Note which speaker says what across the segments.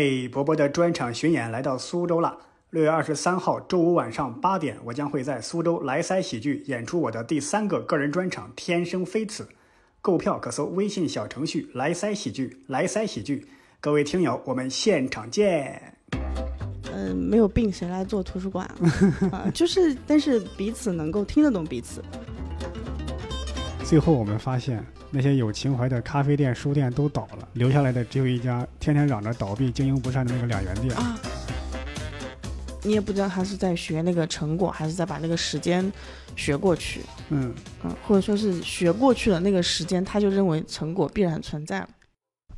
Speaker 1: 贝伯伯的专场巡演来到苏州啦！六月二十三号周五晚上八点，我将会在苏州莱塞喜剧演出我的第三个个人专场《天生非此》。购票可搜微信小程序“莱塞喜剧”，莱塞喜剧。各位听友，我们现场见！
Speaker 2: 嗯，没有病谁来做图书 馆啊？啊就是，但是彼此能够听得懂彼此。
Speaker 1: 最后我们发现，那些有情怀的咖啡店、书店都倒了，留下来的只有一家天天嚷着倒闭、经营不善的那个两元店。
Speaker 2: 啊你也不知道他是在学那个成果，还是在把那个时间学过去，
Speaker 1: 嗯，
Speaker 2: 嗯，或者说是学过去的那个时间，他就认为成果必然存在了。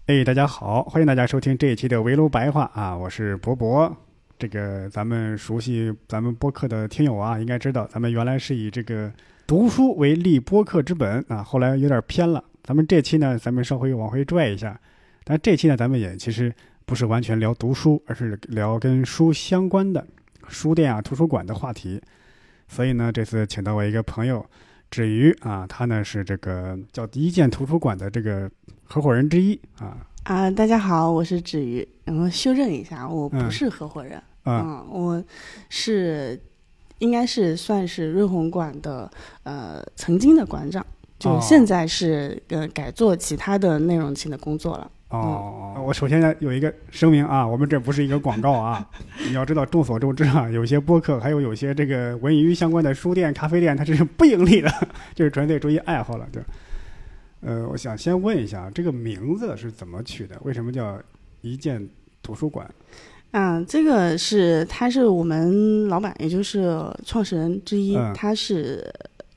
Speaker 1: 哎，大家好，欢迎大家收听这一期的围炉白话啊，我是博博。这个咱们熟悉咱们播客的听友啊，应该知道咱们原来是以这个读书为立播客之本啊，后来有点偏了。咱们这期呢，咱们稍微往回拽一下，但这期呢，咱们也其实不是完全聊读书，而是聊跟书相关的书店啊、图书馆的话题。所以呢，这次请到我一个朋友，芷瑜啊，他呢是这个叫一建图书馆的这个合伙人之一啊，
Speaker 2: 啊、大家好，我是芷瑜。然后修正一下，我不
Speaker 1: 嗯
Speaker 2: 是合伙人，
Speaker 1: 啊、
Speaker 2: 嗯，我是应该是算是瑞虹馆的呃曾经的馆长，就
Speaker 1: 哦
Speaker 2: 现在是、呃改做其他的内容性的工作了。
Speaker 1: 哦，我首先呢有一个声明啊，我们这不是一个广告 啊，你要知道，众所周知啊，有些播客还有有些这个文娱相关的书店、咖啡店，它这是不盈利的， 这是纯粹出于爱好了，对。呃，我想先问一下，这个名字是怎么取的？为什么叫一建图书馆？
Speaker 2: 嗯，这个是他是我们老板，也就是创始人之一，
Speaker 1: 嗯
Speaker 2: 他是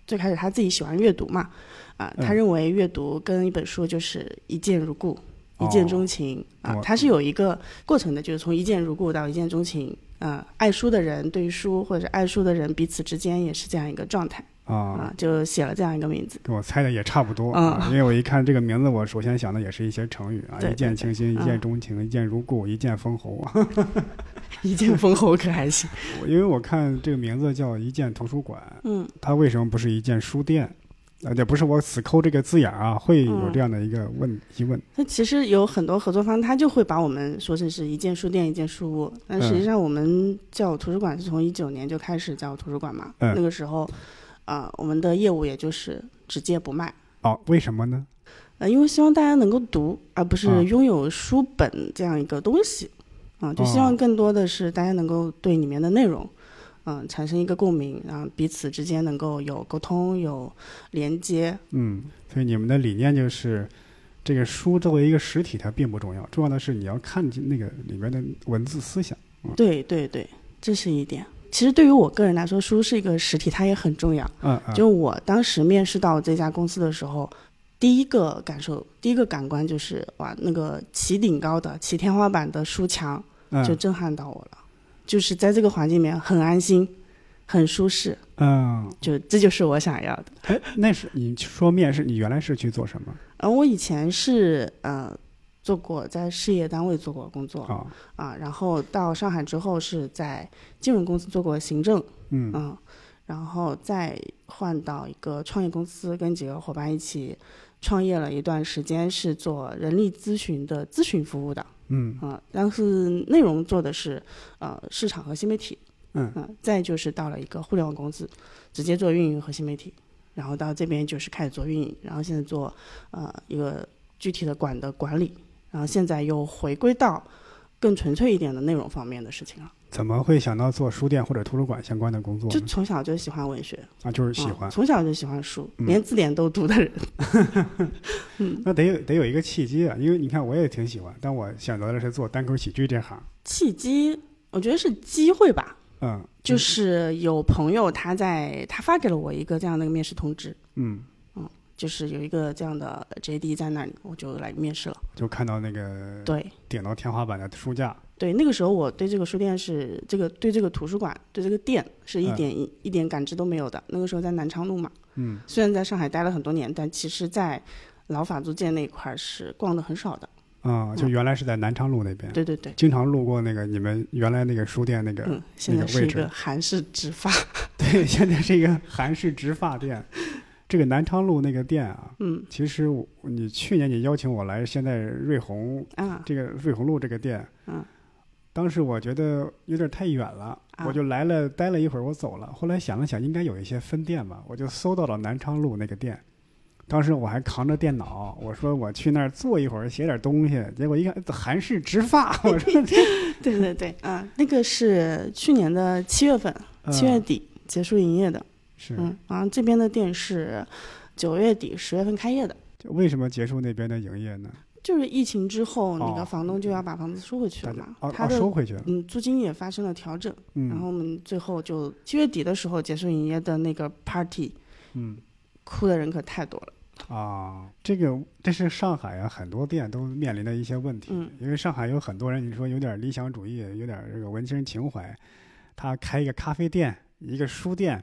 Speaker 2: 最开始他自己喜欢阅读嘛，啊、他
Speaker 1: 嗯
Speaker 2: 认为阅读跟一本书就是一见如故，一见钟情啊、
Speaker 1: 哦我
Speaker 2: 它是有一个过程的，就是从一见如故到一见钟情。啊、爱书的人对于书或者是爱书的人彼此之间也是这样一个状态
Speaker 1: 啊、
Speaker 2: 啊、就写了这样一个名字。
Speaker 1: 跟我猜的也差不多
Speaker 2: 嗯
Speaker 1: 啊，因为我一看这个名字，我首先想的也是一些成语啊，
Speaker 2: 对嗯
Speaker 1: 一见倾心、一
Speaker 2: 对
Speaker 1: 见钟情、一见如故、一见封侯。
Speaker 2: 一见封侯可还行？
Speaker 1: 我因为我看这个名字叫一建图书馆，
Speaker 2: 嗯，
Speaker 1: 它为什么不是一建书店？啊，也不是我死抠这个字眼儿啊，会有这样的一个问、疑问。
Speaker 2: 那其实有很多合作方，他就会把我们说成是一间书店、一间书屋，但实际
Speaker 1: 嗯
Speaker 2: 上我们叫图书馆是从一九年就开始叫图书馆嘛。
Speaker 1: 嗯
Speaker 2: 那个时候，啊、我们的业务也就是只借不卖，
Speaker 1: 哦，为什么呢？
Speaker 2: 呃，因为希望大家能够读，而不
Speaker 1: 啊
Speaker 2: 是拥有书本这样一个东西，啊、就希望
Speaker 1: 哦
Speaker 2: 更多的是大家能够对里面的内容，嗯、产生一个共鸣，然后彼此之间能够有沟通、有连接，
Speaker 1: 嗯，所以你们的理念就是，这个书作为一个实体，它并不重要，重要的是你要看见那个里面的文字思想。
Speaker 2: 对对对，这是一点。其实对于我个人来说，书是一个实体，它也很重要。
Speaker 1: 嗯嗯，
Speaker 2: 就我当时面试到这家公司的时候，第一个感受、第一个感官就是，哇，那个起顶高的、起天花板的书墙，就
Speaker 1: 嗯
Speaker 2: 震撼到我了。就是在这个环境里面很安心，很舒适，
Speaker 1: 嗯，
Speaker 2: 就这就是我想要的。
Speaker 1: 哎，那是你说面试，你原来是去做什么
Speaker 2: 而我以前是呃做过在事业单位做过工作
Speaker 1: 啊、
Speaker 2: 啊、然后到上海之后是在金融公司做过行政，
Speaker 1: 嗯
Speaker 2: 嗯，然后再换到一个创业公司，跟几个伙伴一起创业了一段时间，是做人力咨询的咨询服务的，
Speaker 1: 嗯
Speaker 2: 啊、但是内容做的是呃市场和新媒体，
Speaker 1: 嗯
Speaker 2: 啊再就是到了一个互联网公司，直接做运营和新媒体，然后到这边就是开始做运营，然后现在做呃一个具体的管的管理，然后现在又回归到更纯粹一点的内容方面的事情了，
Speaker 1: 怎么会想到做书店或者图书馆相关的工作
Speaker 2: 就
Speaker 1: 呢？
Speaker 2: 从小就喜欢文学。
Speaker 1: 啊，就是喜欢
Speaker 2: 嗯，从小就喜欢书，
Speaker 1: 嗯
Speaker 2: 连字典都读的人。
Speaker 1: 那得有得有一个契机啊，因为你看我也挺喜欢，但我选择的是做单口喜剧这行。
Speaker 2: 契机，我觉得是机会吧，
Speaker 1: 嗯，
Speaker 2: 就是有朋友他在他发给了我一个这样的一个面试通知，
Speaker 1: 嗯，
Speaker 2: 就是有一个这样的 JD 在那里，我就来面试了。
Speaker 1: 就看到那个
Speaker 2: 对
Speaker 1: 顶到天花板的书架，
Speaker 2: 对，那个时候我对这个书店是这个对这个图书馆对这个店是一
Speaker 1: 嗯
Speaker 2: 点、一一点感知都没有的。那个时候在南昌路嘛，
Speaker 1: 嗯，
Speaker 2: 虽然在上海待了很多年，但其实在老法租界那一块儿是逛的很少的。
Speaker 1: 啊、就原来是在南昌路那边，
Speaker 2: 嗯对对对。
Speaker 1: 经常路过那个你们原来那个书店那个，
Speaker 2: 嗯，现
Speaker 1: 啊那
Speaker 2: 在
Speaker 1: 个
Speaker 2: 是
Speaker 1: 位
Speaker 2: 一
Speaker 1: 置
Speaker 2: 个韩式植发，
Speaker 1: 对， 现在是一个韩式直发店。这个南昌路那个店啊，
Speaker 2: 嗯
Speaker 1: 其实我你去年也邀请我来，现在瑞虹
Speaker 2: 啊，
Speaker 1: 这个瑞虹路这个店，
Speaker 2: 嗯，
Speaker 1: 当时我觉得有点太远了，
Speaker 2: 啊
Speaker 1: 我就来了待了一会儿，我走了。后来想了想，应该有一些分店吧，我就搜到了南昌路那个店。当时我还扛着电脑，我说我去那儿坐一会儿，写点东西。结果一看，哎韩式植发，我 说这
Speaker 2: 对对对，啊，那个是去年的七月份，七月
Speaker 1: 嗯
Speaker 2: 底结束营业的，
Speaker 1: 是
Speaker 2: 嗯，然后这边的店是九月底十月份开业的，
Speaker 1: 就为什么结束那边的营业呢？
Speaker 2: 就是疫情之后，那
Speaker 1: 哦
Speaker 2: 个房东就要把房子收回去
Speaker 1: 大
Speaker 2: 了
Speaker 1: 家
Speaker 2: 嘛，
Speaker 1: 哦
Speaker 2: 他
Speaker 1: 哦
Speaker 2: 的
Speaker 1: 收回去了，
Speaker 2: 嗯租金也发生了调整，然后
Speaker 1: 嗯
Speaker 2: 我们最后就七月底的时候结束营业的那个 party，
Speaker 1: 嗯
Speaker 2: 哭的人可太多了，
Speaker 1: 啊，这个这是上海啊，很多店都面临的一些问题，
Speaker 2: 嗯
Speaker 1: 因为上海有很多人，你说有点理想主义，有点这个文青情怀，他开一个咖啡店，一个书店，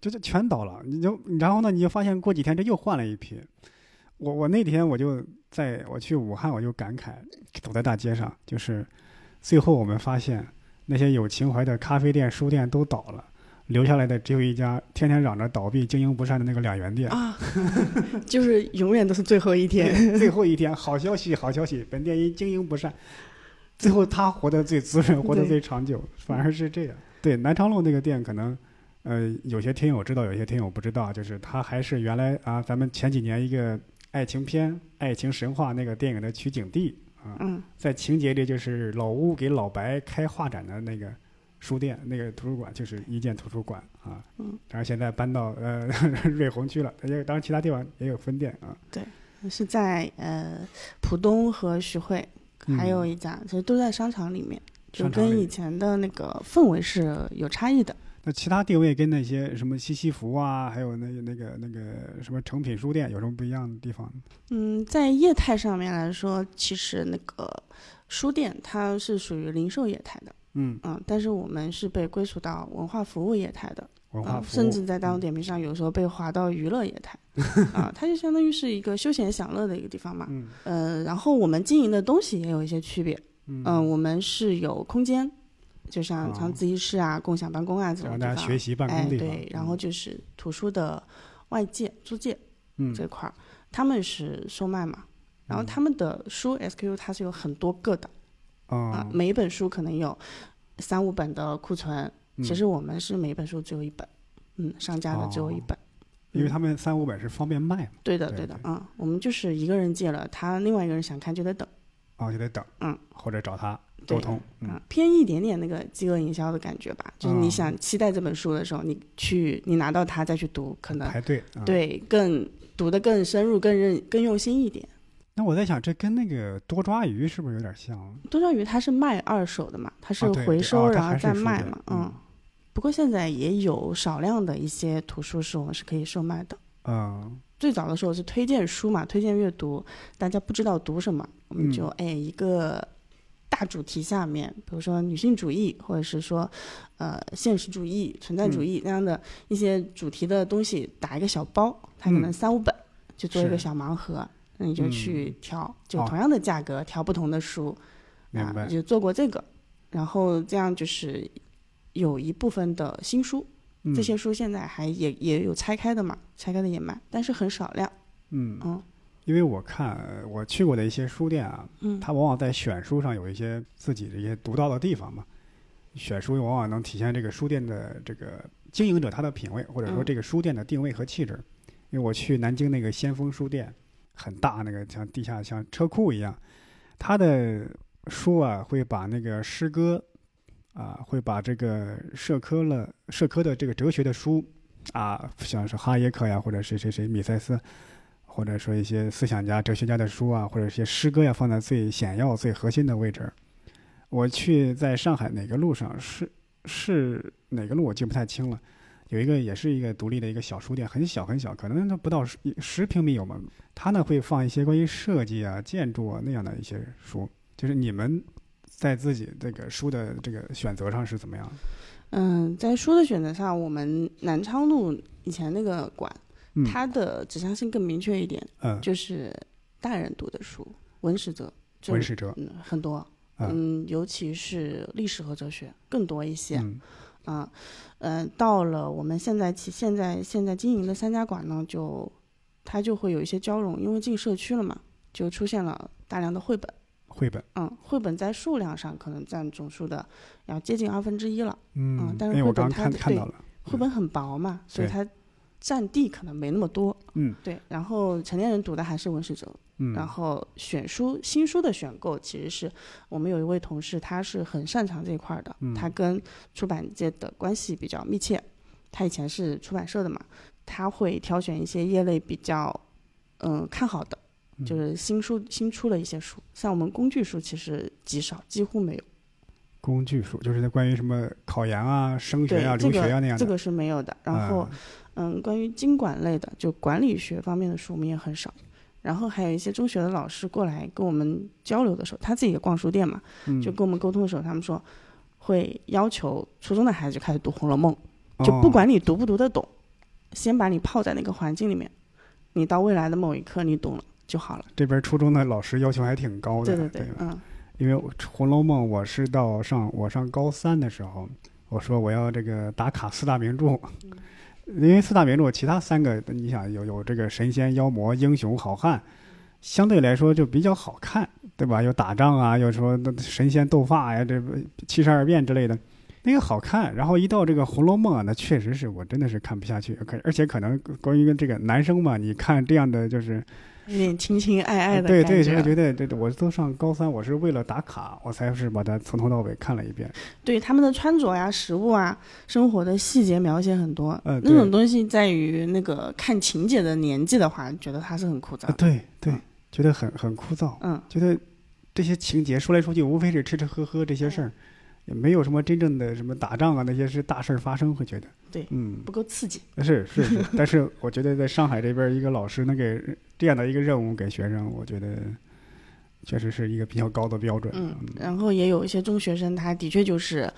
Speaker 1: 就这全倒了，你就然后呢，你就发现过几天这又换了一批。我我那天我就在我去武汉，我就感慨，走在大街上，就是最后我们发现那些有情怀的咖啡店、书店都倒了，留下来的只有一家天天嚷着倒闭、经营不善的那个两元店。
Speaker 2: 啊， 就是永远都是最后一 天，
Speaker 1: 最后一天，好消息，好消息，本店因经营不善，最后他活得最滋润，活得
Speaker 2: 对
Speaker 1: 最长久，反而是这样。对，南昌路那个店可能。呃，有些听友知道，有些听友不知道，就是它还是原来啊，咱们前几年一个爱情片《爱情神话》那个电影的取景地啊，
Speaker 2: 嗯，
Speaker 1: 在情节里就是老乌给老白开画展的那个书店，那个图书馆就是一建图书馆啊，
Speaker 2: 嗯，
Speaker 1: 然后现在搬到呃 瑞虹区了，也当然其他地方也有分店啊，
Speaker 2: 是在呃浦东和徐汇，还有
Speaker 1: 嗯
Speaker 2: 一家，其实都在商场里面，就
Speaker 1: 商场
Speaker 2: 跟
Speaker 1: 里
Speaker 2: 以前的那个氛围是有差异的。
Speaker 1: 那其他定位跟那些什么西西弗啊，还有那那个那个什么诚品书店有什么不一样的地方？
Speaker 2: 嗯，在业态上面来说，其实那个书店它是属于零售业态的，
Speaker 1: 嗯，
Speaker 2: 嗯，但是我们是被归属到文化服务业态的，
Speaker 1: 文化
Speaker 2: 嗯，
Speaker 1: 服务，
Speaker 2: 甚至在大众点评上有时候被划到娱乐业 态，啊，它就相当于是一个休闲享乐的一个地方嘛。
Speaker 1: 嗯
Speaker 2: 呃，然后我们经营的东西也有一些区别，
Speaker 1: 嗯
Speaker 2: 嗯、我们是有空间，就像
Speaker 1: 啊
Speaker 2: 像自习室啊、共享办公啊这种
Speaker 1: 让
Speaker 2: 地
Speaker 1: 大家
Speaker 2: 方，
Speaker 1: 学习办公地方。
Speaker 2: 哎，对，然后就是图书的外借、租借
Speaker 1: 嗯
Speaker 2: 这块儿，他们是售卖嘛，然后他们的书 SKU 它是有很多个的、啊
Speaker 1: 啊，，
Speaker 2: 每一本书可能有三五本的库存，
Speaker 1: 嗯
Speaker 2: 其实我们是每一本书只有一本，嗯，上架的只有一
Speaker 1: 哦
Speaker 2: 本，
Speaker 1: 因
Speaker 2: 嗯
Speaker 1: 为他们三五本是方便卖嘛，
Speaker 2: 对的
Speaker 1: 对
Speaker 2: 对的
Speaker 1: 对，
Speaker 2: 嗯，我们就是一个人借了，他另外一个人想看就得等，
Speaker 1: 啊就得等，
Speaker 2: 嗯，
Speaker 1: 或者找他
Speaker 2: 对
Speaker 1: 沟通，嗯
Speaker 2: 啊，偏一点点那个饥饿营销的感觉吧，就是
Speaker 1: 啊
Speaker 2: 你想期待这本书的时候，你去你拿到它再去读，可能
Speaker 1: 排队。啊，
Speaker 2: 对更读得更深入、更认、更用心一点。
Speaker 1: 那我在想，这跟那个多抓鱼是不是有点像？
Speaker 2: 多抓鱼它是卖二手的嘛，它是
Speaker 1: 啊对
Speaker 2: 回
Speaker 1: 对
Speaker 2: 收、
Speaker 1: 啊它
Speaker 2: 然后
Speaker 1: 还是
Speaker 2: 再
Speaker 1: 书
Speaker 2: 卖
Speaker 1: 店
Speaker 2: 嘛，
Speaker 1: 嗯
Speaker 2: 嗯。不过现在也有少量的一些图书是我们是可以售卖的。
Speaker 1: 嗯，
Speaker 2: 最早的时候是推荐书嘛，推荐阅读，大家不知道读什么，我
Speaker 1: 嗯
Speaker 2: 们就、哎一个大主题下面，比如说女性主义，或者是说呃现实主义、存在主
Speaker 1: 嗯
Speaker 2: 义那样的一些主题的东西，打一个小包，它可能
Speaker 1: 嗯
Speaker 2: 三五本，就做一个
Speaker 1: 是
Speaker 2: 小盲盒，那你就去挑，就
Speaker 1: 哦
Speaker 2: 同样的价格、挑不同的书，
Speaker 1: 明
Speaker 2: 啊
Speaker 1: 白，
Speaker 2: 就做过这个，然后这样就是有一部分的新书，
Speaker 1: 嗯
Speaker 2: 这些书现在还也也有拆开的嘛，拆开的也卖，但是很少量。
Speaker 1: 嗯
Speaker 2: 嗯
Speaker 1: 因为我看呃我去过的一些书店啊，
Speaker 2: 嗯
Speaker 1: 它往往在选书上有一些自己的一些独到的地方嘛。选书往往能体现这个书店的这个经营者他的品味，或者说
Speaker 2: 嗯
Speaker 1: 这个书店的定位和气质。因为我去南京那个先锋书店，很大那个像地下像车库一样，它的书啊会把那个诗歌啊，会把这个社科了社科的这个哲学的书啊，像是哈耶克呀，或者是谁谁米塞斯，或者说一些思想家、哲学家的书啊，或者一些诗歌呀，放在最显要、最核心的位置。我去在上海哪个路上是是哪个路，我记不太清了。有一个也是一个独立的一个小书店，很小很小，可能它不到十十平米有吗？它呢会放一些关于设计啊、建筑啊那样的一些书。就是你们在自己这个书的这个选择上是怎么样？
Speaker 2: 嗯，在书的选择上，我们南昌路以前那个馆，
Speaker 1: 嗯
Speaker 2: 它的指向性更明确一点，
Speaker 1: 嗯，
Speaker 2: 就是大人读的书，文史哲，就
Speaker 1: 文史哲，
Speaker 2: 嗯很多，
Speaker 1: 嗯
Speaker 2: 嗯，尤其是历史和哲学更多一些。
Speaker 1: 嗯
Speaker 2: 啊，呃，到了我们现在其现在现在经营的三家馆呢，就它就会有一些交融，因为进社区了嘛，就出现了大量的绘本，
Speaker 1: 绘本，
Speaker 2: 嗯，绘本在数量上可能占总数的要接近二分之一了。
Speaker 1: 嗯
Speaker 2: 但是
Speaker 1: 因为我
Speaker 2: 绘
Speaker 1: 刚刚
Speaker 2: 本它
Speaker 1: 看
Speaker 2: 对
Speaker 1: 看到了，
Speaker 2: 绘本很薄嘛，所
Speaker 1: 嗯
Speaker 2: 以
Speaker 1: 对
Speaker 2: 它占地可能没那么多。
Speaker 1: 嗯，
Speaker 2: 对。然后成年人读的还是文史哲，然
Speaker 1: 嗯
Speaker 2: 后选书新书的选购，其实是我们有一位同事，他是很擅长这一块儿的，
Speaker 1: 嗯
Speaker 2: 他跟出版界的关系比较密切。他以前是出版社的嘛，他会挑选一些业内比较嗯、看好的，就是新书新出的一些书。像我们工具书其实极少，几乎没有。
Speaker 1: 工具书就是那关于什么考研啊、升学
Speaker 2: 对
Speaker 1: 啊、，
Speaker 2: 这
Speaker 1: 留学啊那
Speaker 2: 个
Speaker 1: 样
Speaker 2: 这
Speaker 1: 的，
Speaker 2: 个是没有的。然后
Speaker 1: 啊
Speaker 2: 嗯，关于经管类的，就管理学方面的书，我们也很少。然后还有一些中学的老师过来跟我们交流的时候，他自己也逛书店嘛，
Speaker 1: 嗯
Speaker 2: 就跟我们沟通的时候，他们说会要求初中的孩子就开始读《红楼梦》，就
Speaker 1: 哦
Speaker 2: 不管你读不读得懂，先把你泡在那个环境里面，你到未来的某一刻你懂了就好了。
Speaker 1: 这边初中的老师要求还挺高
Speaker 2: 对
Speaker 1: 的，
Speaker 2: 对
Speaker 1: 哦对吧，
Speaker 2: 嗯
Speaker 1: 因为我《红楼梦》，我是到上我上高三的时候，我说我要这个打卡四大名著， 因为四大名著其他三个，你想有有这个神仙、妖魔、英雄、好汉，相对来说就比较好看，对吧？有打仗啊，有说那神仙斗法呀，这七十二变之类的，那个好看。然后一到这个《红楼梦》啊，那确实是我真的是看不下去，可而且可能关于这个男生嘛，你看这样的就是。
Speaker 2: 有点亲亲爱爱的
Speaker 1: 对
Speaker 2: 感
Speaker 1: 哎对，
Speaker 2: 觉
Speaker 1: 就是觉得这我都上高三，我是为了打卡，我才是把它从头到尾看了一遍。
Speaker 2: 对他们的穿着呀、食物啊、生活的细节描写很多。
Speaker 1: 嗯
Speaker 2: 那
Speaker 1: 对
Speaker 2: 种东西在于那个看情节的年纪的话，觉得它是很枯燥
Speaker 1: 啊，
Speaker 2: 的。
Speaker 1: 对对
Speaker 2: 嗯，
Speaker 1: 觉得很很枯燥，
Speaker 2: 嗯，
Speaker 1: 觉得这些情节说来说去无非是吃吃喝喝这些事
Speaker 2: 嗯
Speaker 1: 儿，也没有什么真正的什么打仗啊那些是大事儿发生，会觉得
Speaker 2: 对
Speaker 1: 嗯，
Speaker 2: 不够刺激。
Speaker 1: 是是是， 但是我觉得在上海这边，一个老师能给这样的一个任务给学生，我觉得确实是一个比较高的标准。啊
Speaker 2: 嗯，然后也有一些中学生，他的确就是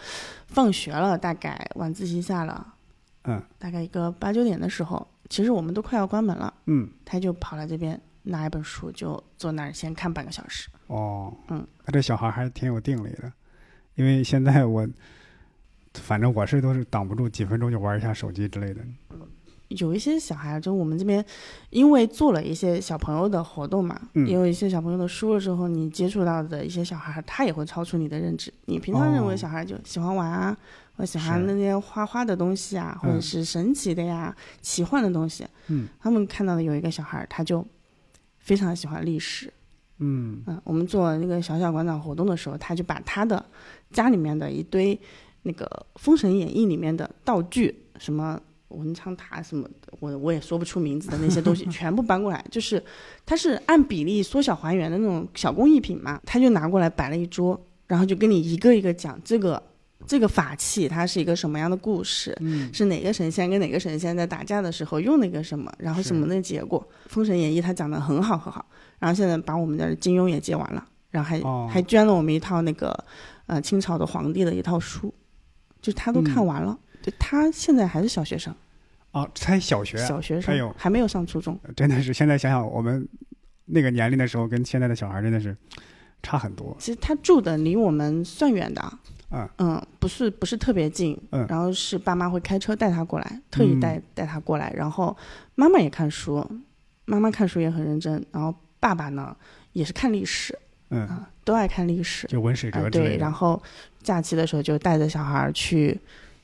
Speaker 2: 放学了，大概晚自习下了，
Speaker 1: 嗯
Speaker 2: 大概一个八九点的时候，其实我们都快要关门了，
Speaker 1: 嗯
Speaker 2: 他就跑来这边拿一本书，就坐那儿先看半个小时。
Speaker 1: 哦，
Speaker 2: 嗯，
Speaker 1: 那这小孩还挺有定力的，因为现在我，反正我是都是挡不住几分钟就玩一下手机之类的。
Speaker 2: 有一些小孩，就我们这边，因为做了一些小朋友的活动嘛，
Speaker 1: 嗯
Speaker 2: 也有一些小朋友的书了之后，你接触到的一些小孩，他也会超出你的认知。你平常认为
Speaker 1: 哦
Speaker 2: 小孩就喜欢玩啊，或喜欢
Speaker 1: 是
Speaker 2: 那些花花的东西啊，或者
Speaker 1: 嗯
Speaker 2: 是神奇的呀、奇幻的东西。
Speaker 1: 嗯，
Speaker 2: 他们看到的有一个小孩，他就非常喜欢历史。
Speaker 1: 嗯
Speaker 2: 嗯，我们做那个小小馆长活动的时候，他就把他的家里面的一堆那个《封神演义》里面的道具，什么文昌塔什么的，我我也说不出名字的那 些东西，全部搬过来，就是它是按比例缩小还原的那种小工艺品嘛，他就拿过来摆了一桌，然后就跟你一个一个讲这个这个法器它是一个什么样的故事，
Speaker 1: 嗯，
Speaker 2: 是哪个神仙跟哪个神仙在打架的时候用那个什么，然后
Speaker 1: 是
Speaker 2: 什么的结果，《封神演义》它讲的很好很好，然后现在把我们的金庸也借完了，然后还、
Speaker 1: 哦
Speaker 2: 还捐了我们一套那个呃清朝的皇帝的一套书，就他都
Speaker 1: 嗯
Speaker 2: 看完了，对他现在还是小学生，
Speaker 1: 啊，才小学啊，
Speaker 2: 小学
Speaker 1: 哎
Speaker 2: 生
Speaker 1: 呦
Speaker 2: 还没有上初中，
Speaker 1: 真的是现在想想我们那个年龄的时候，跟现在的小孩真的是差很多。
Speaker 2: 其实他住的离我们算远的啊，
Speaker 1: 嗯
Speaker 2: 不是不是特别近，
Speaker 1: 嗯
Speaker 2: 然后是爸妈会开车带他过来，特意带、带他过来，然后妈妈也看书，妈妈看书也很认真，然后爸爸呢也是看历史啊、
Speaker 1: 嗯，
Speaker 2: 都爱看历史，
Speaker 1: 就文史
Speaker 2: 啊、
Speaker 1: 哲之类
Speaker 2: 对，
Speaker 1: 的。
Speaker 2: 然后假期的时候就带着小孩儿去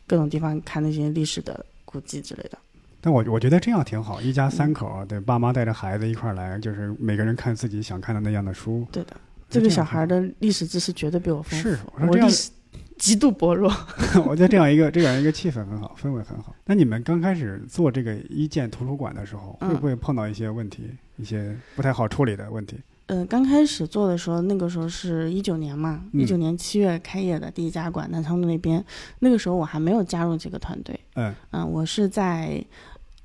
Speaker 2: 各种地方看那些历史的古迹之类的，
Speaker 1: 但我我觉得这样挺好，一
Speaker 2: 嗯
Speaker 1: 家三口儿，对，爸妈带着孩子一块儿来，就是每个人看自己想看的那样的书。
Speaker 2: 对的。
Speaker 1: 这
Speaker 2: 这个
Speaker 1: 样
Speaker 2: 小
Speaker 1: 挺
Speaker 2: 孩儿
Speaker 1: 好
Speaker 2: 的历史知识绝对比我丰富，
Speaker 1: 是我说
Speaker 2: 我
Speaker 1: 这样
Speaker 2: 历史极度薄弱。
Speaker 1: 我觉得这样一个这样一个气氛很好，氛围很好。那你们刚开始做这个一建图书馆的时候，
Speaker 2: 嗯
Speaker 1: 会不会碰到一些问题，一些不太好处理的问题？
Speaker 2: 呃，刚开始做的时候，那个时候是一九年嘛，
Speaker 1: 嗯
Speaker 2: 一九年七月开业的第一家馆，南昌路那边。那个时候我还没有加入这个团队，
Speaker 1: 嗯，
Speaker 2: 嗯、我是在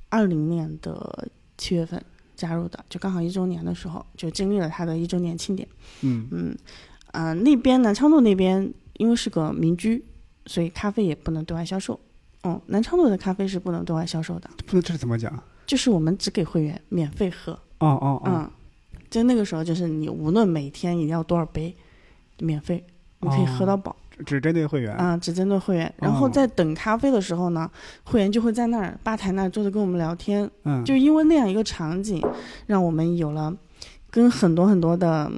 Speaker 2: 二零年的七月份加入的，就刚好一周年的时候，就经历了它的一周年庆典。
Speaker 1: 嗯
Speaker 2: 嗯，呃，那边南昌路那边因为是个民居，所以咖啡也不能对外销售。哦，南昌路的咖啡是不能对外销售的，
Speaker 1: 不，这是怎么讲？
Speaker 2: 就是我们只给会员免费喝。
Speaker 1: 哦哦哦，
Speaker 2: 嗯，就那个时候，就是你无论每天你要多少杯，免费，你可以喝到饱
Speaker 1: 只只针对会员。
Speaker 2: 啊、只针对会员。然后在等咖啡的时候呢，会员就会在那儿吧台那儿坐着跟我们聊天，
Speaker 1: 嗯，
Speaker 2: 就因为那样一个场景，让我们有了跟很多很多的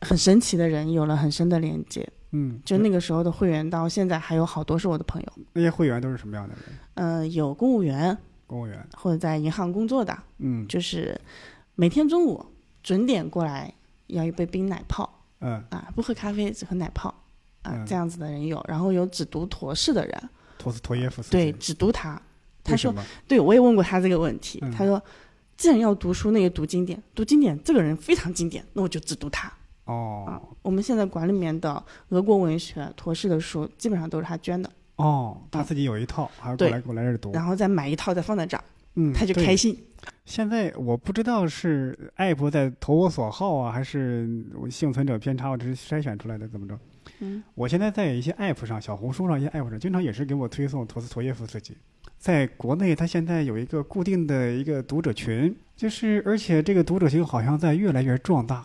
Speaker 2: 很神奇的人有了很深的连接。
Speaker 1: 嗯，
Speaker 2: 就那个时候的会员到现在还有好多是我的朋友，
Speaker 1: 那些会员都是什么样的人？
Speaker 2: 呃，有公务员
Speaker 1: 公务员，
Speaker 2: 或者在银行工作的，
Speaker 1: 嗯
Speaker 2: 就是每天中午准点过来要一杯冰奶泡
Speaker 1: 嗯，
Speaker 2: 啊，不喝咖啡只喝奶泡啊
Speaker 1: 嗯，
Speaker 2: 这样子的人有，然后有只读驼式的人，
Speaker 1: 托斯托耶夫斯基，
Speaker 2: 对，只读他。他
Speaker 1: 为什
Speaker 2: 说，
Speaker 1: 么？
Speaker 2: 对我也问过他这个问题，
Speaker 1: 嗯
Speaker 2: 他说，既然要读书，那个读经典，读经典这个人非常经典，那我就只读他。啊
Speaker 1: 哦，
Speaker 2: 我们现在馆里面的俄国文学、陀氏的书，基本上都是他捐的，
Speaker 1: 哦，他自己有一套，还要过
Speaker 2: 嗯对
Speaker 1: 来过来这儿读，
Speaker 2: 然后再买一套再放在这儿，
Speaker 1: 嗯，
Speaker 2: 他就
Speaker 1: 对
Speaker 2: 开心。
Speaker 1: 现在我不知道是 app 在投我所好啊，还是我幸存者偏差，我只是筛选出来的，怎么着？
Speaker 2: 嗯，
Speaker 1: 我现在在一些 app 上，小红书上一些 app 上，经常也是给我推送陀思妥耶夫斯基。在国内，他现在有一个固定的一个读者群，就是而且这个读者群好像在越来越壮大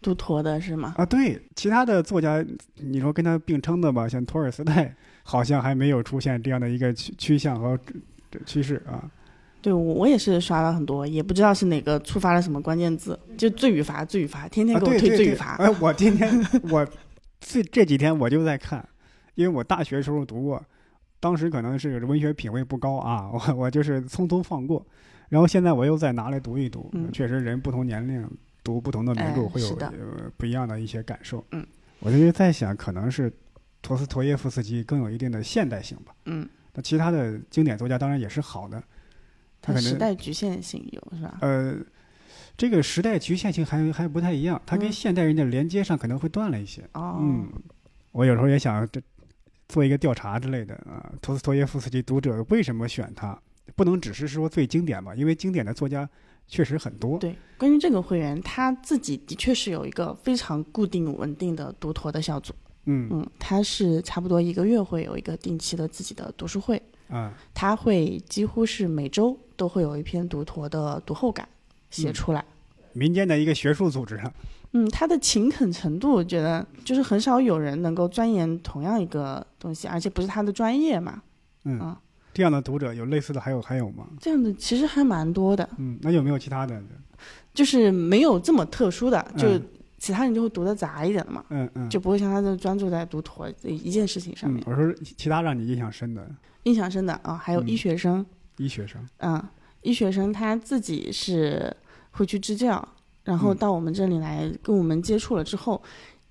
Speaker 2: 读陀的是吗？
Speaker 1: 啊。对，其他的作家，你说跟他并称的吧，像托尔斯泰，好像还没有出现这样的一个趋趋向和这趋势啊。
Speaker 2: 对，我我也是刷了很多，也不知道是哪个触发了什么关键字，就罪与罚，罪与罚，天天
Speaker 1: 啊，
Speaker 2: 给我
Speaker 1: 对
Speaker 2: 推
Speaker 1: 对
Speaker 2: 罪
Speaker 1: 对，
Speaker 2: 与罚。
Speaker 1: 哎，我今天我这这几天我就在看，因为我大学时候读过，当时可能是文学品位不高啊， 我我就是匆匆放过，然后现在我又再拿来读一读，
Speaker 2: 嗯
Speaker 1: 确实人不同年龄读不同的名著
Speaker 2: 哎
Speaker 1: 会有、
Speaker 2: 是的
Speaker 1: 呃不一样的一些感受。
Speaker 2: 嗯，
Speaker 1: 我就是在想，可能是陀思妥耶夫斯基更有一定的现代性吧。
Speaker 2: 嗯，
Speaker 1: 那其他的经典作家当然也是好
Speaker 2: 啊
Speaker 1: 的，他
Speaker 2: 它
Speaker 1: 可
Speaker 2: 时
Speaker 1: 能
Speaker 2: 代局限性有是吧？
Speaker 1: 呃，这个时代局限性还还不太一样，它跟
Speaker 2: 嗯
Speaker 1: 现代人的连接上可能会断了一些。
Speaker 2: 哦，
Speaker 1: 嗯，我有时候也想这做一个调查之类的啊，托斯托耶夫斯基读者为什么选他？不能只是说最经典吧，因为经典的作家确实很多。
Speaker 2: 对，关于这个会员，他自己的确是有一个非常固定稳定的读陀的小组，
Speaker 1: 嗯
Speaker 2: 嗯，他是差不多一个月会有一个定期的自己的读书会，
Speaker 1: 啊，
Speaker 2: 他会几乎是每周都会有一篇读陀的读后感写
Speaker 1: 嗯
Speaker 2: 出来。
Speaker 1: 民间的一个学术组织啊，
Speaker 2: 嗯，他的勤恳程度，我觉得就是很少有人能够钻研同样一个东西，而且不是他的专业嘛。
Speaker 1: 嗯
Speaker 2: 啊，
Speaker 1: 这样的读者有类似的还有还有吗？
Speaker 2: 这样的其实还蛮多的，
Speaker 1: 嗯，那有没有其他的？
Speaker 2: 就是没有这么特殊的，就
Speaker 1: 嗯
Speaker 2: 其他人就会读的杂一点了嘛，
Speaker 1: 嗯嗯，
Speaker 2: 就不会像他这么专注在读陀这一件事情上
Speaker 1: 嗯
Speaker 2: 面。，
Speaker 1: 我说其他让你印象深的
Speaker 2: 印象深的啊，还有
Speaker 1: 嗯
Speaker 2: 医学生，
Speaker 1: 医学生，
Speaker 2: 嗯，医学生他自己是会去支教，然后
Speaker 1: 嗯
Speaker 2: 到我们这里来跟我们接触了之后，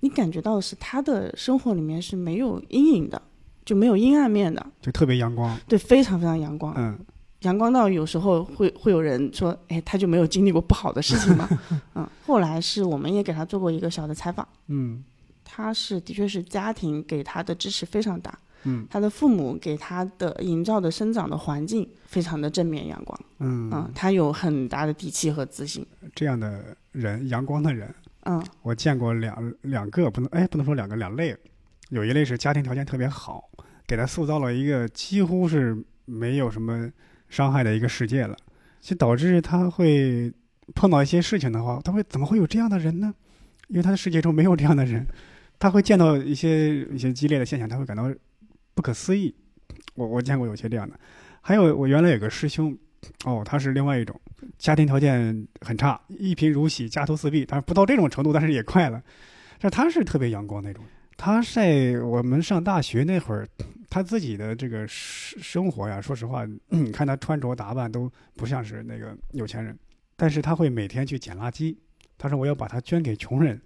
Speaker 2: 你感觉到的是他的生活里面是没有阴影的，就没有阴暗面的，
Speaker 1: 就特别阳光。
Speaker 2: 对，非常非常阳光，
Speaker 1: 嗯，
Speaker 2: 阳光到有时候会会有人说，哎，他就没有经历过不好的事情吗？ 嗯，后来是我们也给他做过一个小的采访。
Speaker 1: 嗯
Speaker 2: 他是的确是家庭给他的支持非常大，
Speaker 1: 嗯，
Speaker 2: 他的父母给他的营造的生长的环境非常的正面阳光，嗯
Speaker 1: 嗯，，
Speaker 2: 他有很大的底气和自信。
Speaker 1: 这样的人，阳光的人，
Speaker 2: 嗯
Speaker 1: 我见过两两个，不能哎，不能说两个两类，有一类是家庭条件特别好，给他塑造了一个几乎是没有什么伤害的一个世界了，就导致他会碰到一些事情的话，他会怎么会有这样的人呢？因为他的世界中没有这样的人，他会见到一些一些激烈的现象，他会感到不可思议。我我见过有些这样的，还有我原来有个师兄，哦，他是另外一种，家庭条件很差，一贫如洗，家徒四壁，但是不到这种程度，但是也快了。但他是特别阳光那种。他在我们上大学那会儿，他自己的这个生生活呀，说实话， 嗯你看他穿着打扮都不像是那个有钱人，但是他会每天去捡垃圾。他说我要把它捐给穷人，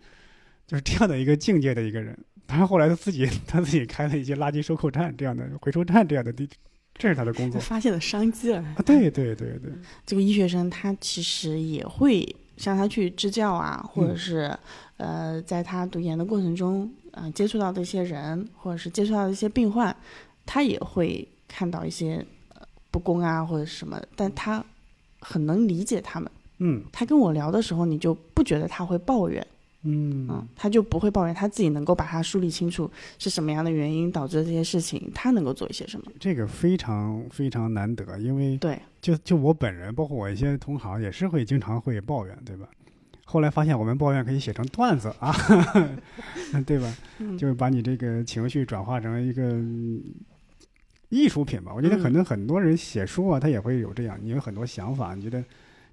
Speaker 1: 就是这样的一个境界的一个人。他后来他自己 他自己开了一些垃圾收购站这样的回收站这样的地，这是他的工作
Speaker 2: 发现了商机了。
Speaker 1: 啊。对对对对，
Speaker 2: 这个医学生他其实也会像他去支教啊，或者是、呃，在他读研的过程中，呃，接触到的一些人，或者是接触到的一些病患，他也会看到一些、呃、不公啊或者是什么，但他很能理解他们。
Speaker 1: 嗯
Speaker 2: 他跟我聊的时候，你就不觉得他会抱怨，
Speaker 1: 嗯
Speaker 2: 嗯，他就不会抱怨，他自己能够把它梳理清楚是什么样的原因导致这些事情，他能够做一些什么。
Speaker 1: 这个非常非常难得，因为
Speaker 2: 对，
Speaker 1: 就就我本人，包括我一些同行，也是会经常会抱怨，对吧？后来发现我们抱怨可以写成段子啊， 对吧？
Speaker 2: 嗯
Speaker 1: 就是把你这个情绪转化成一个嗯艺术品吧。我觉得
Speaker 2: 嗯
Speaker 1: 可能很多人写书啊，他也会有这样，你有很多想法，你觉得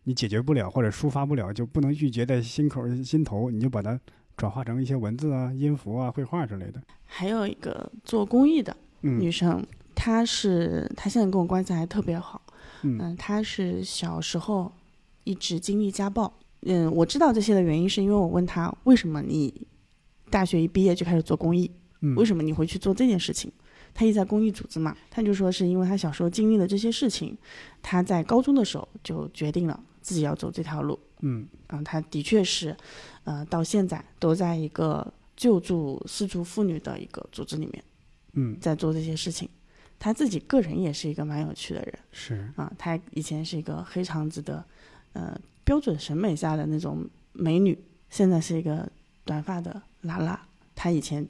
Speaker 1: 你解决不了或者抒发不了，就不能郁结在心口心头，你就把它转化成一些文字啊、音符啊、绘画之类的。
Speaker 2: 还有一个做公益的
Speaker 1: 嗯
Speaker 2: 女生，她是她现在跟我关系还特别好。
Speaker 1: 嗯
Speaker 2: 嗯，她是小时候一直经历家暴。嗯，我知道这些的原因是因为我问她为什么你大学一毕业就开始做公益，
Speaker 1: 嗯，
Speaker 2: 为什么你会去做这件事情？她一直在公益组织嘛，她就说是因为她小时候经历了这些事情，她在高中的时候就决定了自己要走这条路。
Speaker 1: 嗯
Speaker 2: 嗯，她的确是，呃，到现在都在一个救助失足妇女的一个组织里面
Speaker 1: 嗯
Speaker 2: 在做这些事情。她自己个人也是一个蛮有趣的人。
Speaker 1: 是
Speaker 2: 啊，她以前是一个黑长直的，呃，标准审美下的那种美女，现在是一个短发的拉拉。她以前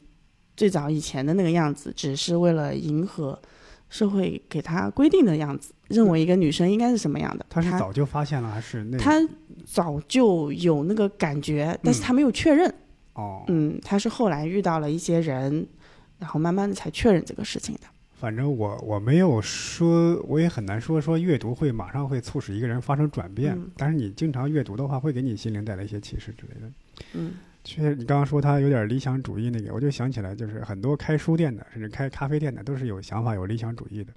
Speaker 2: 最早以前的那个样子，只是为了迎合社会给她规定的样子，认为一个女生应该是什么样的。
Speaker 1: 他是
Speaker 2: 她
Speaker 1: 早就发现了还是那
Speaker 2: 她早就有那个感觉，但
Speaker 1: 嗯
Speaker 2: 是她没有确认。
Speaker 1: 哦，
Speaker 2: 嗯，她是后来遇到了一些人，然后慢慢的才确认这个事情的。
Speaker 1: 反正我我没有说，我也很难说说阅读会马上会促使一个人发生转变，
Speaker 2: 嗯
Speaker 1: 但是你经常阅读的话，会给你心灵带来一些启示之类的。
Speaker 2: 嗯
Speaker 1: 确实，你刚刚说他有点理想主义那个，我就想起来，就是很多开书店的，甚至开咖啡店的，都是有想法、有理想主义的，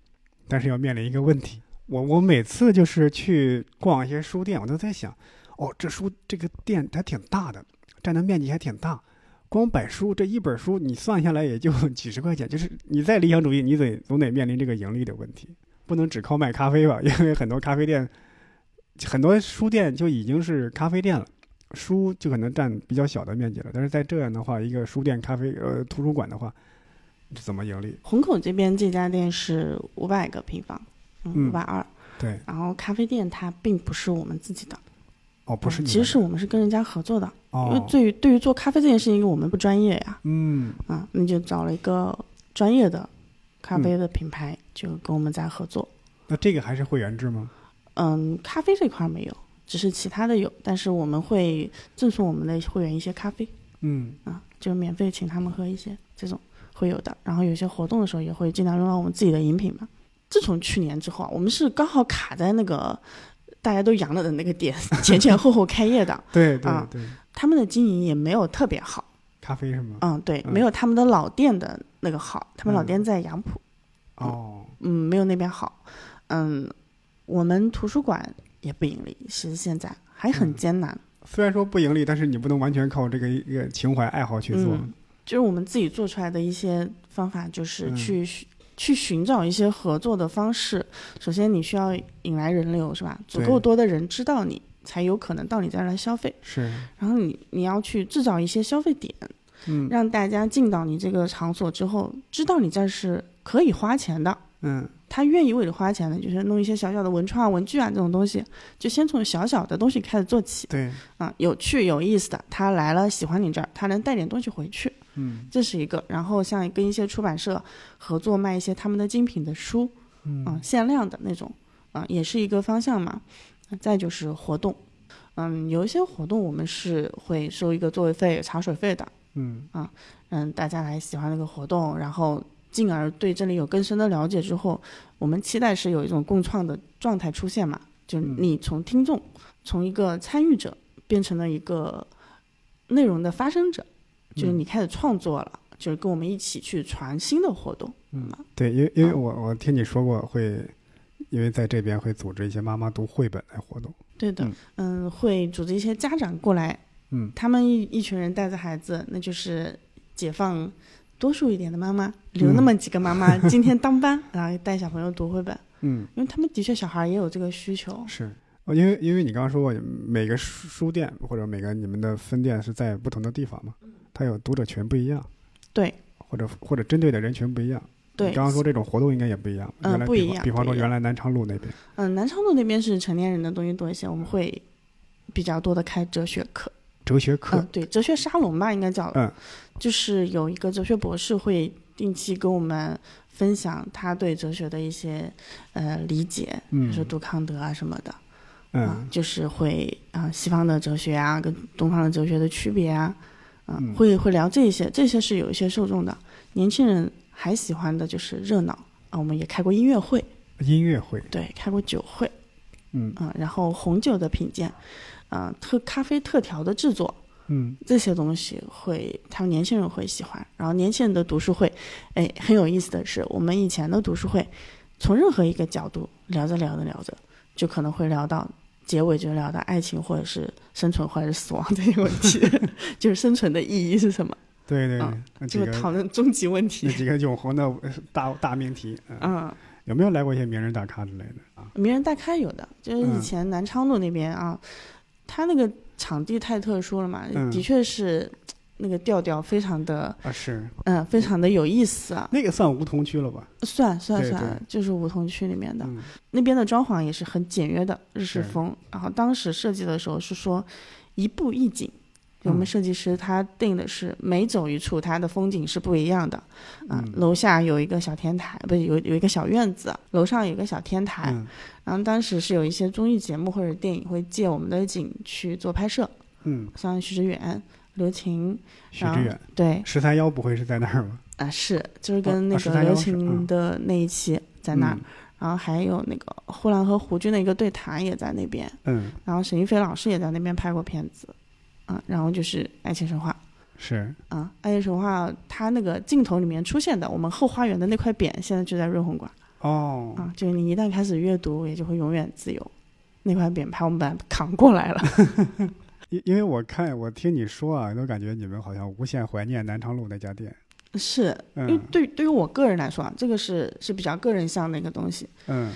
Speaker 1: 但是要面临一个问题。我我每次就是去逛一些书店，我都在想，哦，这书这个店还挺大的，占的面积还挺大，光摆书这一本书，你算下来也就 几十块钱，就是你再理想主义，你得总得面临这个盈利的问题，不能只靠卖咖啡吧，因为很多咖啡店，很多书店就已经是咖啡店了。书就可能占比较小的面积了，但是在这样的话，一个书店、咖啡呃图书馆的话，这怎么盈利？
Speaker 2: 虹口这边这家店是五百个平方，嗯，
Speaker 1: 嗯
Speaker 2: 五百二。
Speaker 1: 对，
Speaker 2: 然后咖啡店它并不是我们自己的，嗯
Speaker 1: 哦，不是你们的，
Speaker 2: 其实是我们是跟人家合作的。因为
Speaker 1: 哦，
Speaker 2: 对于对于做咖啡这件事情，我们不专业呀、
Speaker 1: 嗯
Speaker 2: 啊，那就找了一个专业的咖啡的品牌，就跟我们在合作。
Speaker 1: 那这个还是会员制吗？
Speaker 2: 嗯，咖啡这块儿没有，只是其他的有，但是我们会赠送我们的会员一些咖啡
Speaker 1: 嗯，
Speaker 2: 啊，就免费请他们喝一些这种会有的。然后有些活动的时候也会尽量用到我们自己的饮品嘛。自从去年之后啊，我们是刚好卡在那个大家都阳了的那个点，前前后后开业的。
Speaker 1: 对对、
Speaker 2: 啊
Speaker 1: 对，
Speaker 2: 他们的经营也没有特别好，
Speaker 1: 咖啡是吗？
Speaker 2: 嗯，对，
Speaker 1: 嗯
Speaker 2: 没有他们的老店的那个好，他们老
Speaker 1: 嗯
Speaker 2: 店在杨浦，
Speaker 1: 哦，
Speaker 2: 嗯，没有那边好，嗯，我们图书馆也不盈利，其实现在还很
Speaker 1: 嗯
Speaker 2: 艰难，
Speaker 1: 虽然说不盈利，但是你不能完全靠这个一个情怀爱好去做。
Speaker 2: 嗯就是我们自己做出来的一些方法，就是
Speaker 1: 嗯
Speaker 2: 去寻、去寻找一些合作的方式。首先，你需要引来人流，是吧？足
Speaker 1: 对
Speaker 2: 够多的人知道你，才有可能到你这儿来消费。
Speaker 1: 是，
Speaker 2: 然后你你要去制造一些消费点，
Speaker 1: 嗯
Speaker 2: 让大家进到你这个场所之后，知道你这儿是可以花钱的。
Speaker 1: 嗯
Speaker 2: 他愿意为你花钱的，就是弄一些小小的文创啊、文具啊这种东西，就先从小小的东西开始做起
Speaker 1: 对，
Speaker 2: 啊，有趣有意思的，他来了喜欢你这儿，他能带点东西回去，
Speaker 1: 嗯
Speaker 2: 这是一个。然后像跟一些出版社合作卖一些他们的精品的书
Speaker 1: 嗯、
Speaker 2: 啊，限量的那种啊，也是一个方向嘛。再就是活动，嗯，有一些活动我们是会收一个座位费、茶水费的，
Speaker 1: 嗯
Speaker 2: 嗯，大家来喜欢这个活动，然后进而对这里有更深的了解之后，我们期待是有一种共创的状态出现嘛，就是
Speaker 1: 嗯
Speaker 2: 你从听众、从一个参与者变成了一个内容的发生者，就是
Speaker 1: 嗯
Speaker 2: 你开始创作了，就是跟我们一起去传新的活动。
Speaker 1: 嗯，对，
Speaker 2: 啊
Speaker 1: 因为因为我我听你说过会，因为在这边会组织一些妈妈读绘本的活动。
Speaker 2: 对的，嗯会组织一些家长过来，
Speaker 1: 嗯
Speaker 2: 他们一一群人带着孩子，那就是解放多数一点的妈
Speaker 1: 嗯
Speaker 2: 妈，留那么几个妈妈 今天当班，然后带小朋友读绘本。
Speaker 1: 嗯，
Speaker 2: 因为他们的确小孩也有这个需求。
Speaker 1: 是，哦，因为因为你刚刚说过，每个书书店或者每个你们的分店是在不同的地方嘛，
Speaker 2: 嗯
Speaker 1: 它有读者群不一样，
Speaker 2: 对
Speaker 1: 或者或者针对的人群不一样。
Speaker 2: 对
Speaker 1: 你，刚刚说这种活动应该也不一样。
Speaker 2: 嗯
Speaker 1: 原来
Speaker 2: 不
Speaker 1: 比
Speaker 2: 一
Speaker 1: 方
Speaker 2: 样
Speaker 1: 比方
Speaker 2: 不
Speaker 1: 说，
Speaker 2: 一
Speaker 1: 原
Speaker 2: 样
Speaker 1: 来南昌路那边，
Speaker 2: 嗯，南昌路那边是成年人的东西多一些，我们会比较多的开哲学课。
Speaker 1: 哲学课
Speaker 2: 嗯，，对，哲学沙龙吧，应该叫。
Speaker 1: 嗯，
Speaker 2: 就是有一个哲学博士会定期跟我们分享他对哲学的一些呃理解，比如说
Speaker 1: 嗯
Speaker 2: 杜康德啊什么的。啊
Speaker 1: 嗯，
Speaker 2: 就是会啊、西方的哲学啊，跟东方的哲学的区别啊，啊
Speaker 1: 嗯
Speaker 2: 会会聊这些，这些是有一些受众的。年轻人还喜欢的就是热闹啊，我们也开过音乐会，
Speaker 1: 音乐会，
Speaker 2: 对，开过酒会
Speaker 1: 嗯
Speaker 2: 啊，然后红酒的品鉴，啊，特咖啡特调的制作
Speaker 1: 嗯
Speaker 2: 这些东西会，他们年轻人会喜欢。然后年轻人的读书会，哎，很有意思的是，我们以前的读书会，从任何一个角度聊着聊着聊着，就可能会聊到结尾，就聊到爱情或者是生存或者是死亡这些问 题，就是生存的意义是什么，
Speaker 1: 对对对
Speaker 2: 啊，
Speaker 1: 那几
Speaker 2: 就
Speaker 1: 个
Speaker 2: 是讨论终极问
Speaker 1: 那
Speaker 2: 题。
Speaker 1: 几个永恒的呃大大命题，嗯，
Speaker 2: 嗯，
Speaker 1: 有没有来过一些名人大咖之类的啊？
Speaker 2: 名人大咖有的，就是
Speaker 1: 嗯
Speaker 2: 以前南昌路那边啊，他那个场地太特殊了嘛，
Speaker 1: 嗯
Speaker 2: 的确是那个调调非常的，
Speaker 1: 啊，是
Speaker 2: 嗯，非常的有意思啊。
Speaker 1: 那个算梧桐区了吧？
Speaker 2: 算算
Speaker 1: 对
Speaker 2: 算，就是梧桐区里面的、
Speaker 1: 嗯
Speaker 2: 那边的装潢也是很简约的日式
Speaker 1: 是
Speaker 2: 风。然后当时设计的时候是说一步一景，我
Speaker 1: 嗯
Speaker 2: 们设计师他定的是每走一处它的风景是不一样的。啊
Speaker 1: 嗯，
Speaker 2: 楼下有一个小天台，不是有有一个小院子，楼上有一个小天台。
Speaker 1: 嗯
Speaker 2: 然后当时是有一些综艺节目或者电影会借我们的景去做拍摄，
Speaker 1: 嗯，
Speaker 2: 像徐志远、刘晴，
Speaker 1: 许
Speaker 2: 然
Speaker 1: 志
Speaker 2: 后
Speaker 1: 远，
Speaker 2: 对，
Speaker 1: 十三幺不会是在那儿吧？
Speaker 2: 啊是，就是
Speaker 1: 啊
Speaker 2: 跟那
Speaker 1: 啊是他
Speaker 2: 个刘
Speaker 1: 邀请
Speaker 2: 晴
Speaker 1: 嗯
Speaker 2: 的那一期在那儿。
Speaker 1: 嗯
Speaker 2: 然后还有那个呼兰和胡军的一个对谈也在那边，
Speaker 1: 嗯，
Speaker 2: 然后沈一菲老师也在那边拍过片子，啊，然后就是《爱情神话》
Speaker 1: 是
Speaker 2: 啊，《爱情神话》它那个镜头里面出现的我们后花园的那块匾，现在就在润红馆
Speaker 1: 哦，
Speaker 2: 啊，就是你一旦开始阅读，也就会永远自由。那块匾牌我们把它扛过来了，
Speaker 1: 因因为我看我听你说啊，都感觉你们好像无限怀念南昌路那家店。
Speaker 2: 是因为
Speaker 1: 嗯
Speaker 2: 对对于我个人来说啊，这个是是比较个人向的一个东西，
Speaker 1: 嗯，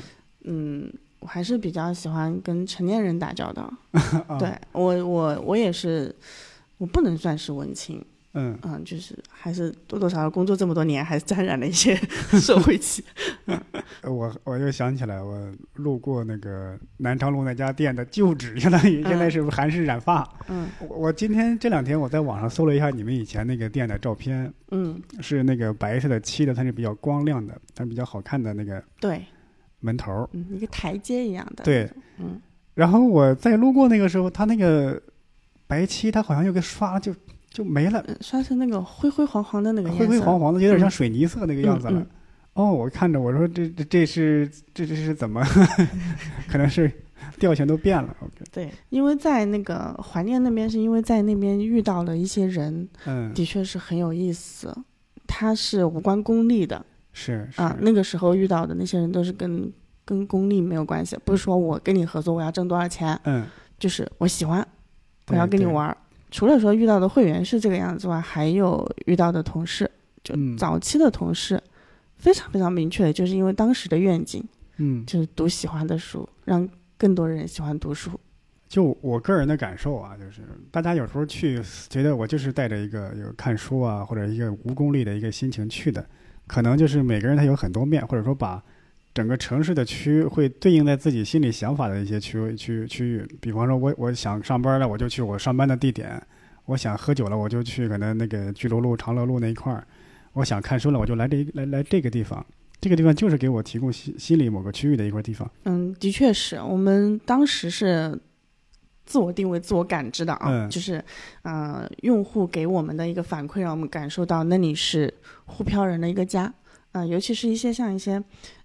Speaker 2: 嗯，我还是比较喜欢跟成年人打交道，
Speaker 1: 啊
Speaker 2: 对我我我也是，我不能算是文青。
Speaker 1: 嗯
Speaker 2: 嗯，就是还是多多少少工作这么多年，还是沾染了一些 社会 气。
Speaker 1: 呃我我又想起来，我路过那个南昌路那家店的旧址，相当于现在是韩式染发。
Speaker 2: 嗯
Speaker 1: 我我今天这两天我在网上搜了一下你们以前那个店的照片，
Speaker 2: 嗯，
Speaker 1: 是那个白色的漆的，它是比较光亮的，它比较好看的那个
Speaker 2: 对，
Speaker 1: 门头儿。
Speaker 2: 嗯，一个台阶一样的。
Speaker 1: 对，
Speaker 2: 嗯，
Speaker 1: 然后我在路过那个时候，它那个白漆它好像又给刷了就就没了，
Speaker 2: 嗯，刷成那个灰灰黄黄的那个
Speaker 1: 灰灰黄
Speaker 2: 黄
Speaker 1: 黄的，有点像
Speaker 2: 嗯
Speaker 1: 水泥色那个样子了。
Speaker 2: 嗯嗯
Speaker 1: 哦，我看着我说这这这是这这是怎么？ 可能是调性都变了。OK，
Speaker 2: 对，因为在那个怀念那边，是因为在那边遇到了一些人，
Speaker 1: 嗯，
Speaker 2: 的确是很有意思。他是无关功利的
Speaker 1: 是是、
Speaker 2: 啊，那个时候遇到的那些人都是跟跟功利没有关系，不是说我跟你合作我要挣多少钱，
Speaker 1: 嗯，
Speaker 2: 就是我喜欢，我
Speaker 1: 对
Speaker 2: 要跟你
Speaker 1: 对
Speaker 2: 玩儿。除了说遇到的会员是这个样子外，还有遇到的同事，就
Speaker 1: 嗯
Speaker 2: 早期的同事，非常非常明确的，就是因为当时的愿景
Speaker 1: 嗯，
Speaker 2: 就是读喜欢的书，让更多人喜欢读书。
Speaker 1: 就我个人的感受啊，就是大家有时候去觉得我就是带着一个有看书啊或者一个无功利的一个心情去的，可能就是每个人他有很多面，或者说把整个城市的区会对应在自己心里想法的一些区位区区域。比方说我我想上班了，我就去我上班的地点；我想喝酒了，我就去可能那个巨鹿路、长乐路那一块儿；我想看书了，我就来这一来来这个地方。这个地方就是给我提供心心里某个区域的一块地方。
Speaker 2: 嗯，的确是我们当时是自我定位、自我感知的啊，
Speaker 1: 嗯
Speaker 2: 就是呃，用户给我们的一个反馈，让我们感受到那里是沪漂人的一个家啊、尤其是一些像一些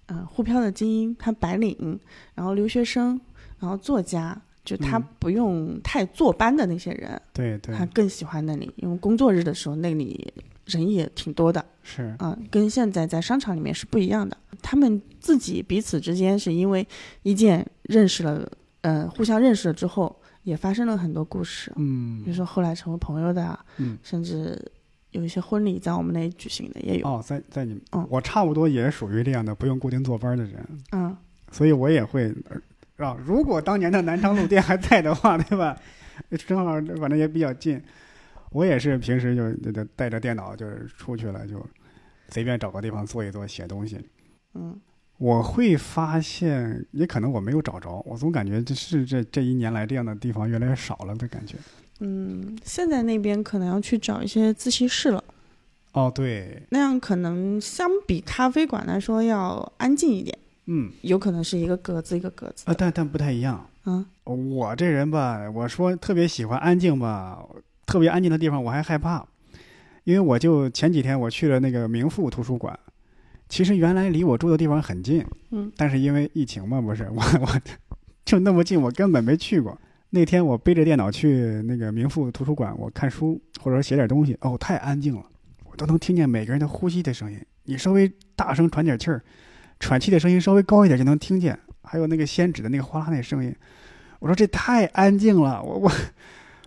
Speaker 2: 呃沪漂的精英，他白领，然后留学生，然后作家。就他
Speaker 1: 嗯
Speaker 2: 不用太坐班的那些人，
Speaker 1: 对对，
Speaker 2: 他更喜欢那里，因为工作日的时候那里人也挺多的。
Speaker 1: 是
Speaker 2: 啊、跟现在在商场里面是不一样的。他们自己彼此之间是因为意见认识了，呃，互相认识了之后，也发生了很多故事，
Speaker 1: 嗯
Speaker 2: 比如说后来成为朋友的啊，
Speaker 1: 嗯
Speaker 2: 甚至有一些婚礼在我们那里举行的也有，
Speaker 1: 哦，在在你们，
Speaker 2: 嗯
Speaker 1: 我差不多也是属于这样的不用固定坐班的人，
Speaker 2: 嗯，
Speaker 1: 所以我也会呃让，如果当年的南昌路店还在的话，对吧？呃正好反正也比较近，我也是平时就就就带着电脑就是出去了，就随便找个地方坐一坐写东西。
Speaker 2: 嗯，
Speaker 1: 我会发现，也可能我没有找着，我总感觉这是这这一年来这样的地方越来越少了的感觉。
Speaker 2: 嗯，现在那边可能要去找一些自习室了，
Speaker 1: 哦，对，
Speaker 2: 那样可能相比咖啡馆来说要安静一点，
Speaker 1: 嗯，
Speaker 2: 有可能是一个格子一个格子
Speaker 1: 啊，
Speaker 2: 的，
Speaker 1: 但但不太一样。
Speaker 2: 嗯
Speaker 1: 我这人吧，我说特别喜欢安静吧，特别安静的地方我还害怕，因为我就前几天我去了那个明富图书馆，其实原来离我住的地方很近，
Speaker 2: 嗯
Speaker 1: 但是因为疫情嘛，不是我我就那么近，我根本没去过。那天我背着电脑去那个名富图书馆，我看书或者说写点东西，哦，太安静了，我都能听见每个人的呼吸的声音。你稍微大声喘点气儿，喘气的声音稍微高一点就能听见，还有那个宣纸的那个哗啦那声音。我说这太安静了，我 我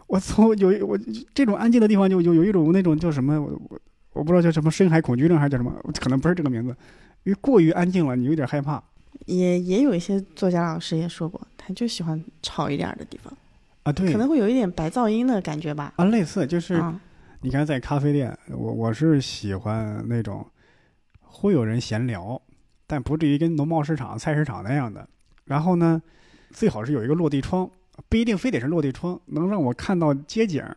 Speaker 1: 我从有一我这种安静的地方就有有一种那种叫什么，我我我不知道叫什么深海恐惧症还是叫什么，可能不是这个名字，因为过于安静了，你有点害怕。
Speaker 2: 也也有一些作家老师也说过，他就喜欢吵一点儿的地方，
Speaker 1: 啊，对，
Speaker 2: 可能会有一点白噪音的感觉吧。
Speaker 1: 啊，类似就是
Speaker 2: 啊，
Speaker 1: 你看在咖啡店，我我是喜欢那种会有人闲聊，但不至于跟农贸市场、菜市场那样的。然后呢，最好是有一个落地窗，不一定非得是落地窗，能让我看到街景儿。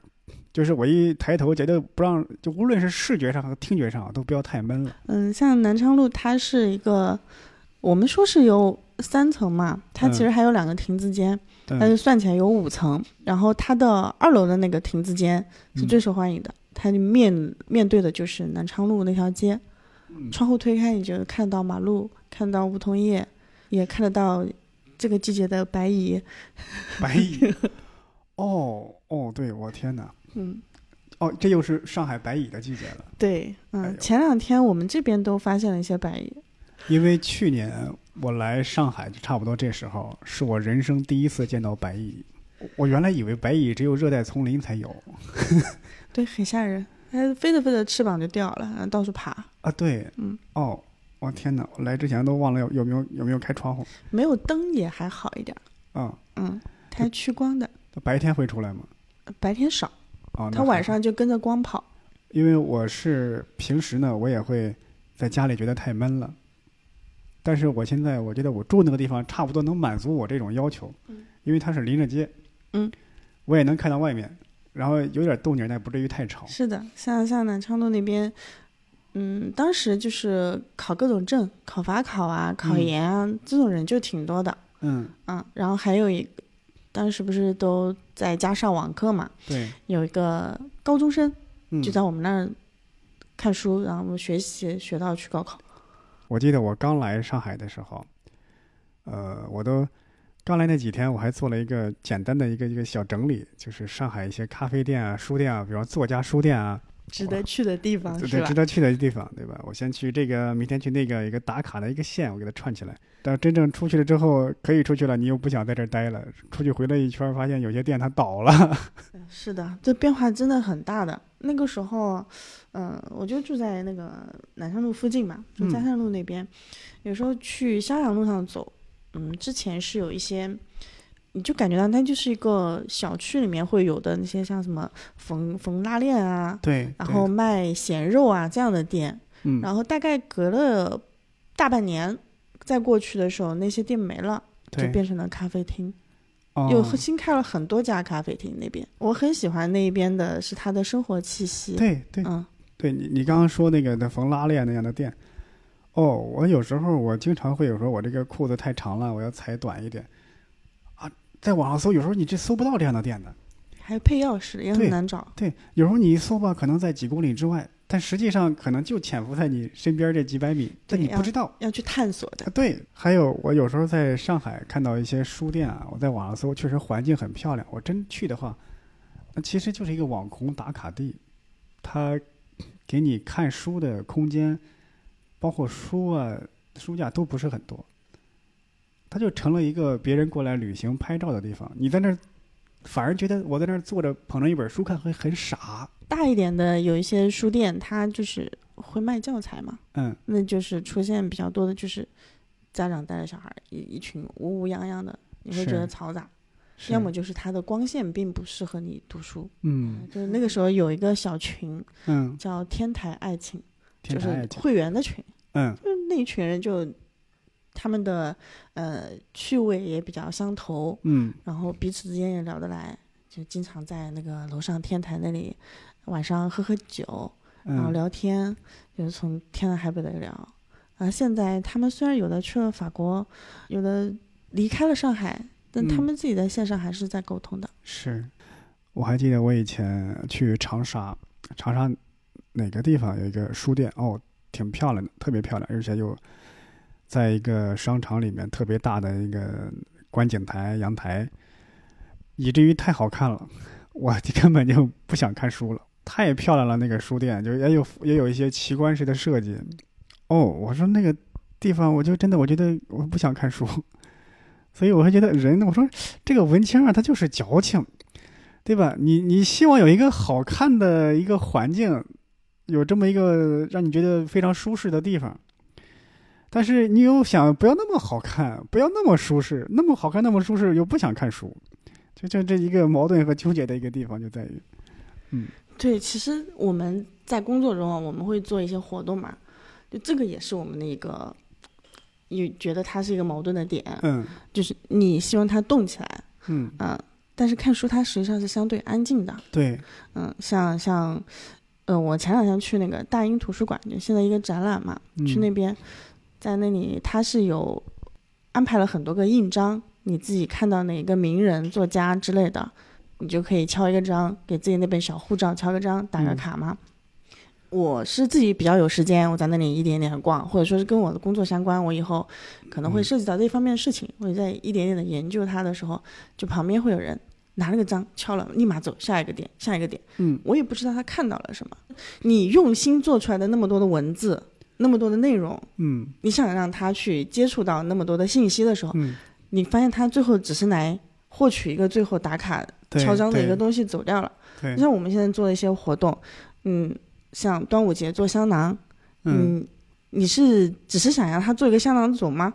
Speaker 1: 就是我一抬头，觉得不让，就无论是视觉上和听觉上啊都不要太闷了。
Speaker 2: 嗯，像南昌路，它是一个，我们说是有三层嘛，它其实还有两个亭子间，但
Speaker 1: 嗯
Speaker 2: 是算起来有五层。然后它的二楼的那个亭子间是最受欢迎的，
Speaker 1: 嗯
Speaker 2: 它就面面对的就是南昌路那条街，
Speaker 1: 嗯
Speaker 2: 窗户推开你就看到马路，看到梧桐叶，也看得到这个季节的白蚁。
Speaker 1: 白蚁。 哦哦，对，我天哪！
Speaker 2: 嗯，
Speaker 1: 哦，这又是上海白蚁的季节了。
Speaker 2: 对，嗯，
Speaker 1: 哎呦
Speaker 2: 前两天我们这边都发现了一些白蚁，
Speaker 1: 因为去年我来上海，就差不多这时候，是我人生第一次见到白蚁。我我原来以为白蚁只有热带丛林才有
Speaker 2: 对，很吓人，它飞着飞着翅膀就掉了，然后到处爬。
Speaker 1: 啊，对，
Speaker 2: 嗯，
Speaker 1: 哦，我天哪，我来之前都忘了有有没有有没有开窗户
Speaker 2: 没有灯也还好一点儿，
Speaker 1: 啊？
Speaker 2: 嗯，它趋光的，
Speaker 1: 它白天会出来吗？
Speaker 2: 白天少，
Speaker 1: 啊，那
Speaker 2: 它晚
Speaker 1: 还好，哦
Speaker 2: 上就跟着光跑。
Speaker 1: 因为我是平时呢，我也会在家里觉得太闷了，但是我现在我觉得我住那个地方差不多能满足我这种要求，
Speaker 2: 嗯
Speaker 1: 因为它是临着街，
Speaker 2: 嗯，
Speaker 1: 我也能看到外面，然后有点动静，但不至于太吵。
Speaker 2: 是的，像像南昌路那边，嗯，当时就是考各种证，考法考啊，考
Speaker 1: 嗯
Speaker 2: 研啊，这种人就挺多的，
Speaker 1: 嗯，
Speaker 2: 嗯，然后还有一个，当时不是都在家上网课嘛，
Speaker 1: 对，
Speaker 2: 有一个高中生
Speaker 1: 嗯
Speaker 2: 就在我们那儿看书，然后我们学习学到去高考。
Speaker 1: 我记得我刚来上海的时候，呃，我都刚来那几天，我还做了一个简单的一个一个小整理，就是上海一些咖啡店啊、书店啊，比方作家书店啊，
Speaker 2: 值得去的地方
Speaker 1: 对
Speaker 2: 是
Speaker 1: 对，
Speaker 2: 吧
Speaker 1: 值？得去的地方，对吧？我先去这个，明天去那个，一个打卡的一个线，我给它串起来。但真正出去了之后，可以出去了，你又不想在这儿待了，出去回了一圈，发现有些店它倒了。
Speaker 2: 是的，这变化真的很大的。那个时候，嗯、我就住在那个南山路附近嘛，就
Speaker 1: 嗯
Speaker 2: 嘉善路那边。有时候去襄阳路上走，嗯，之前是有一些，你就感觉到它就是一个小区里面会有的那些像什么缝缝拉链 啊，
Speaker 1: 对
Speaker 2: 然后卖咸肉啊这样的店。
Speaker 1: 嗯，
Speaker 2: 然后大概隔了大半年再过去的时候，那些店没了，就
Speaker 1: 对，
Speaker 2: 变成了咖啡厅。
Speaker 1: 哦
Speaker 2: 有新开了很多家咖啡厅那边，我很喜欢那边的是它的生活气息。，
Speaker 1: 对对
Speaker 2: 嗯，
Speaker 1: 对你，你刚刚说那个的缝拉链那样的店，哦，我有时候我经常会有时候我这个裤子太长了，我要裁短一点，啊，在网上搜，有时候你这搜不到这样的店的，
Speaker 2: 还有配钥匙也
Speaker 1: 对
Speaker 2: 很难找。
Speaker 1: 对，有时候你一搜吧，可能在几公里之外，但实际上可能就潜伏在你身边这几百米，但
Speaker 2: 对
Speaker 1: 你不知道。
Speaker 2: 要去探索的
Speaker 1: 啊，对，还有我有时候在上海看到一些书店啊，我在网上搜，确实环境很漂亮。我真去的话，那其实就是一个网红打卡地，它给你看书的空间，包括书啊、书架都不是很多，它就成了一个别人过来旅行拍照的地方。你在那儿，反而觉得我在那儿坐着捧着一本书看会很傻。
Speaker 2: 大一点的有一些书店，它就是会卖教材嘛，
Speaker 1: 嗯，
Speaker 2: 那就是出现比较多的就是家长带着小孩儿一一群乌乌泱泱的，你会觉得
Speaker 1: 是
Speaker 2: 嘈杂，
Speaker 1: 是
Speaker 2: 要么就是它的光线并不适合你读书。
Speaker 1: 嗯
Speaker 2: 就是那个时候有一个小群
Speaker 1: 嗯，
Speaker 2: 叫天台爱情，
Speaker 1: 天
Speaker 2: 就
Speaker 1: 台爱
Speaker 2: 是
Speaker 1: 情，
Speaker 2: 会员的群。
Speaker 1: 嗯
Speaker 2: 就那一群人就他们的呃趣味也比较相投，
Speaker 1: 嗯
Speaker 2: 然后彼此之间也聊得来，就经常在那个楼上天台那里晚上喝喝酒，然后
Speaker 1: 嗯，
Speaker 2: 聊天，就是从天南海北的聊。啊，现在他们虽然有的去了法国，有的离开了上海，但他
Speaker 1: 嗯
Speaker 2: 们自己在线上还是在沟通的。
Speaker 1: 是，我还记得我以前去长沙，长沙哪个地方有一个书店哦，挺漂亮的，特别漂亮，而且又在一个商场里面特别大的一个观景台阳台。以至于太好看了， 我根本就不想看书了。太漂亮了，那个书店就也有也有一些奇观式的设计。哦，我说那个地方，我就真的我觉得我不想看书， 所以我会觉得人，我说这个文青啊，他就是矫情，对吧？你你希望有一个好看的一个环境，有这么一个让你觉得非常舒适的地方，但是你又想不要那么好看，不要那么舒适，那么好看那么舒适又不想看书，就就这一个矛盾和纠结的一个地方就在于，嗯。
Speaker 2: 对，其实我们在工作中啊，我们会做一些活动嘛，就这个也是我们的一个，也觉得它是一个矛盾的点，
Speaker 1: 嗯
Speaker 2: 就是你希望它动起来，
Speaker 1: 嗯，
Speaker 2: 嗯、但是看书它实际上是相对安静的，
Speaker 1: 对，
Speaker 2: 嗯、像像，呃，我前两天去那个大英图书馆，就现在一个展览嘛，
Speaker 1: 嗯
Speaker 2: 去那边，在那里它是有安排了很多个印章，你自己看到哪个名人、作家之类的，你就可以敲一个章，给自己那本小护照敲个章，打个
Speaker 1: 嗯
Speaker 2: 卡嘛。我是自己比较有时间，我在那里一点点逛，或者说是跟我的工作相关，我以后可能会
Speaker 1: 嗯
Speaker 2: 涉及到这方面的事情，我在一点点的研究它的时候，就旁边会有人拿了个章敲了，立马走下一个点，下一个点。
Speaker 1: 嗯
Speaker 2: 我也不知道他看到了什么。你用心做出来的那么多的文字，那么多的内容，
Speaker 1: 嗯
Speaker 2: 你想让他去接触到那么多的信息的时候，
Speaker 1: 嗯，
Speaker 2: 你发现他最后只是来获取一个最后打卡
Speaker 1: 对
Speaker 2: 敲章的一个
Speaker 1: 对
Speaker 2: 东西走掉了。
Speaker 1: 对
Speaker 2: 就像我们现在做的一些活动，嗯，像端午节做香囊，
Speaker 1: 嗯
Speaker 2: 嗯，你是只是想让他做一个香囊组吗？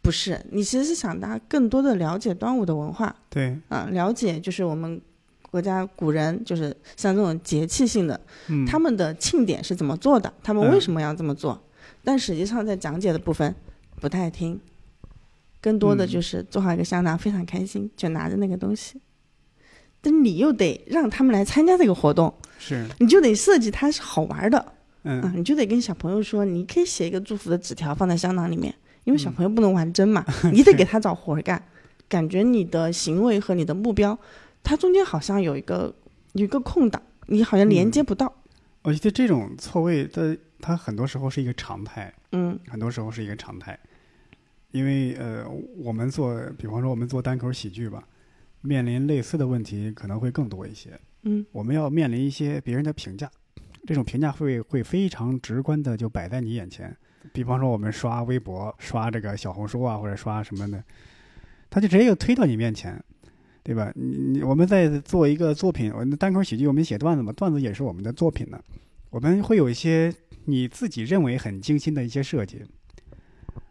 Speaker 2: 不是，你其实是想让他更多的了解端午的文化，
Speaker 1: 对
Speaker 2: 啊，了解就是我们国家古人就是像这种节气性的，
Speaker 1: 嗯
Speaker 2: 他们的庆典是怎么做的，他们为
Speaker 1: 嗯
Speaker 2: 什么要这么做？但实际上在讲解的部分不太听，更多的
Speaker 1: 嗯
Speaker 2: 就是做好一个香囊，非常开心，就拿着那个东西。但你又得让他们来参加这个活动，
Speaker 1: 是
Speaker 2: 你就得设计它是好玩的，啊，
Speaker 1: 嗯
Speaker 2: 你就得跟小朋友说，你可以写一个祝福的纸条放在香囊里面，因为小
Speaker 1: 嗯
Speaker 2: 朋友不能玩真嘛， 你得给他找活儿干。感觉你的行为和你的目标，它中间好像有一个有一个空档，你好像连
Speaker 1: 嗯
Speaker 2: 接不到。
Speaker 1: 我觉得这种错位的，它很多时候是一个常态，
Speaker 2: 嗯
Speaker 1: 很多时候是一个常态，因为呃，我们做，比方说我们做单口喜剧吧，面临类似的问题可能会更多一些。
Speaker 2: 嗯
Speaker 1: 我们要面临一些别人的评价，这种评价会会非常直观的就摆在你眼前。比方说我们刷微博、刷这个小红书啊，或者刷什么的，他就直接就推到你面前，对吧？你你我们在做一个作品，我们单口喜剧，我们写段子嘛，段子也是我们的作品呢。我们会有一些你自己认为很精心的一些设计，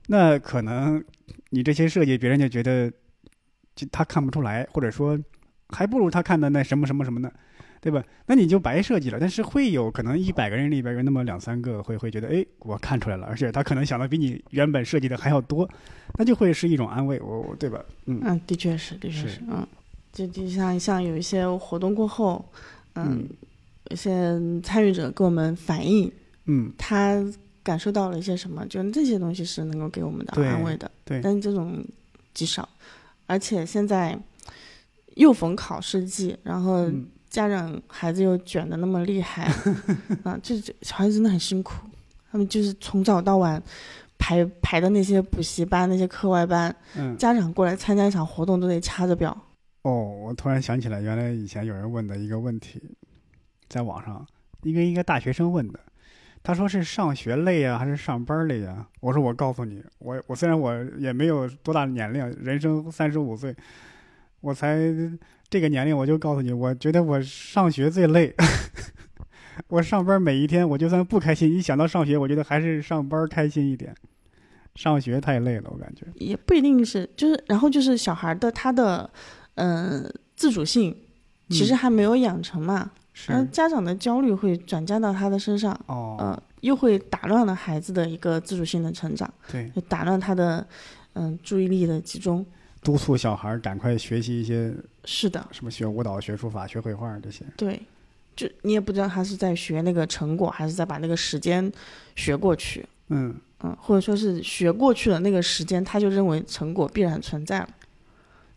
Speaker 1: 那可能你这些设计，别人就觉得就他看不出来，或者说还不如他看的那什么什么什么呢，对吧？那你就白设计了。但是会有可能一百个人里边有那么两三个会会觉得，哎，我看出来了，而且他可能想的比你原本设计的还要多，那就会是一种安慰，我我对吧？嗯
Speaker 2: 嗯，的确是，的确
Speaker 1: 是
Speaker 2: 是，嗯，就就像像有一些活动过后，嗯，
Speaker 1: 嗯
Speaker 2: 有些参与者跟我们反映
Speaker 1: 嗯，
Speaker 2: 他感受到了一些什么，就这些东西是能够给我们的
Speaker 1: 对
Speaker 2: 安慰的。
Speaker 1: 对
Speaker 2: 但这种极少，而且现在又逢考试季，然后
Speaker 1: 嗯
Speaker 2: 家长孩子又卷的那么 厉害，啊，这这小孩子真的很辛苦，他们就是从早到晚排排的那些补习班、那些课外班，
Speaker 1: 嗯。
Speaker 2: 家长过来参加一场活动都得掐着表。
Speaker 1: 哦，我突然想起来，原来以前有人问的一个问题，在网上一个一个大学生问的，他说是上学累啊，还是上班累啊？我说我告诉你，我我虽然我也没有多大年龄，人生三十五岁，我才这个年龄，我就告诉你，我觉得我上学最累。 我上班每一天，我就算不开心，一想到上学，我觉得还是上班开心一点。上学太累了，我感觉。
Speaker 2: 也不一定是，就是然后就是小孩的他的，嗯、自主性其实
Speaker 1: 嗯
Speaker 2: 还没有养成嘛，然后
Speaker 1: 是
Speaker 2: 家长的焦虑会转嫁到他的身上，
Speaker 1: 哦，
Speaker 2: 呃，又会打乱了孩子的一个自主性的成长，
Speaker 1: 对，
Speaker 2: 就打乱他的嗯、注意力的集中。
Speaker 1: 督促小孩儿赶快学习一些
Speaker 2: 是的，
Speaker 1: 什么学舞蹈、学书法、学绘画这些。
Speaker 2: 对，就你也不知道他是在学那个成果，还是在把那个时间学过去，
Speaker 1: 嗯，
Speaker 2: 嗯、或者说是学过去了那个时间，他就认为成果必然存在了。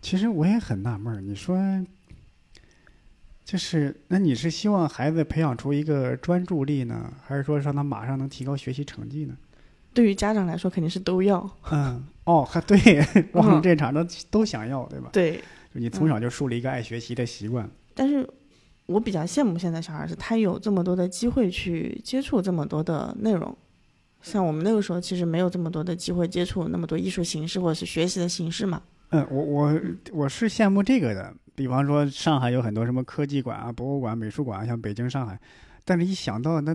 Speaker 1: 其实我也很纳闷儿，你说，就是那你是希望孩子培养出一个专注力呢，还是说让他马上能提高学习成绩呢？
Speaker 2: 对于家长来说，肯定是都要。
Speaker 1: 嗯，哦，还对，忘了
Speaker 2: 嗯
Speaker 1: 这场都都想要，对吧？
Speaker 2: 对，
Speaker 1: 就你从小就树立一个爱学习的习惯。
Speaker 2: 但是我比较羡慕现在小孩是，他有这么多的机会去接触这么多的内容。像我们那个时候，其实没有这么多的机会接触那么多艺术形式或者是学习的形式嘛。
Speaker 1: 嗯，我我我是羡慕这个的。比方说，上海有很多什么科技馆啊、博物馆、美术馆啊，像北京、上海。但是，一想到那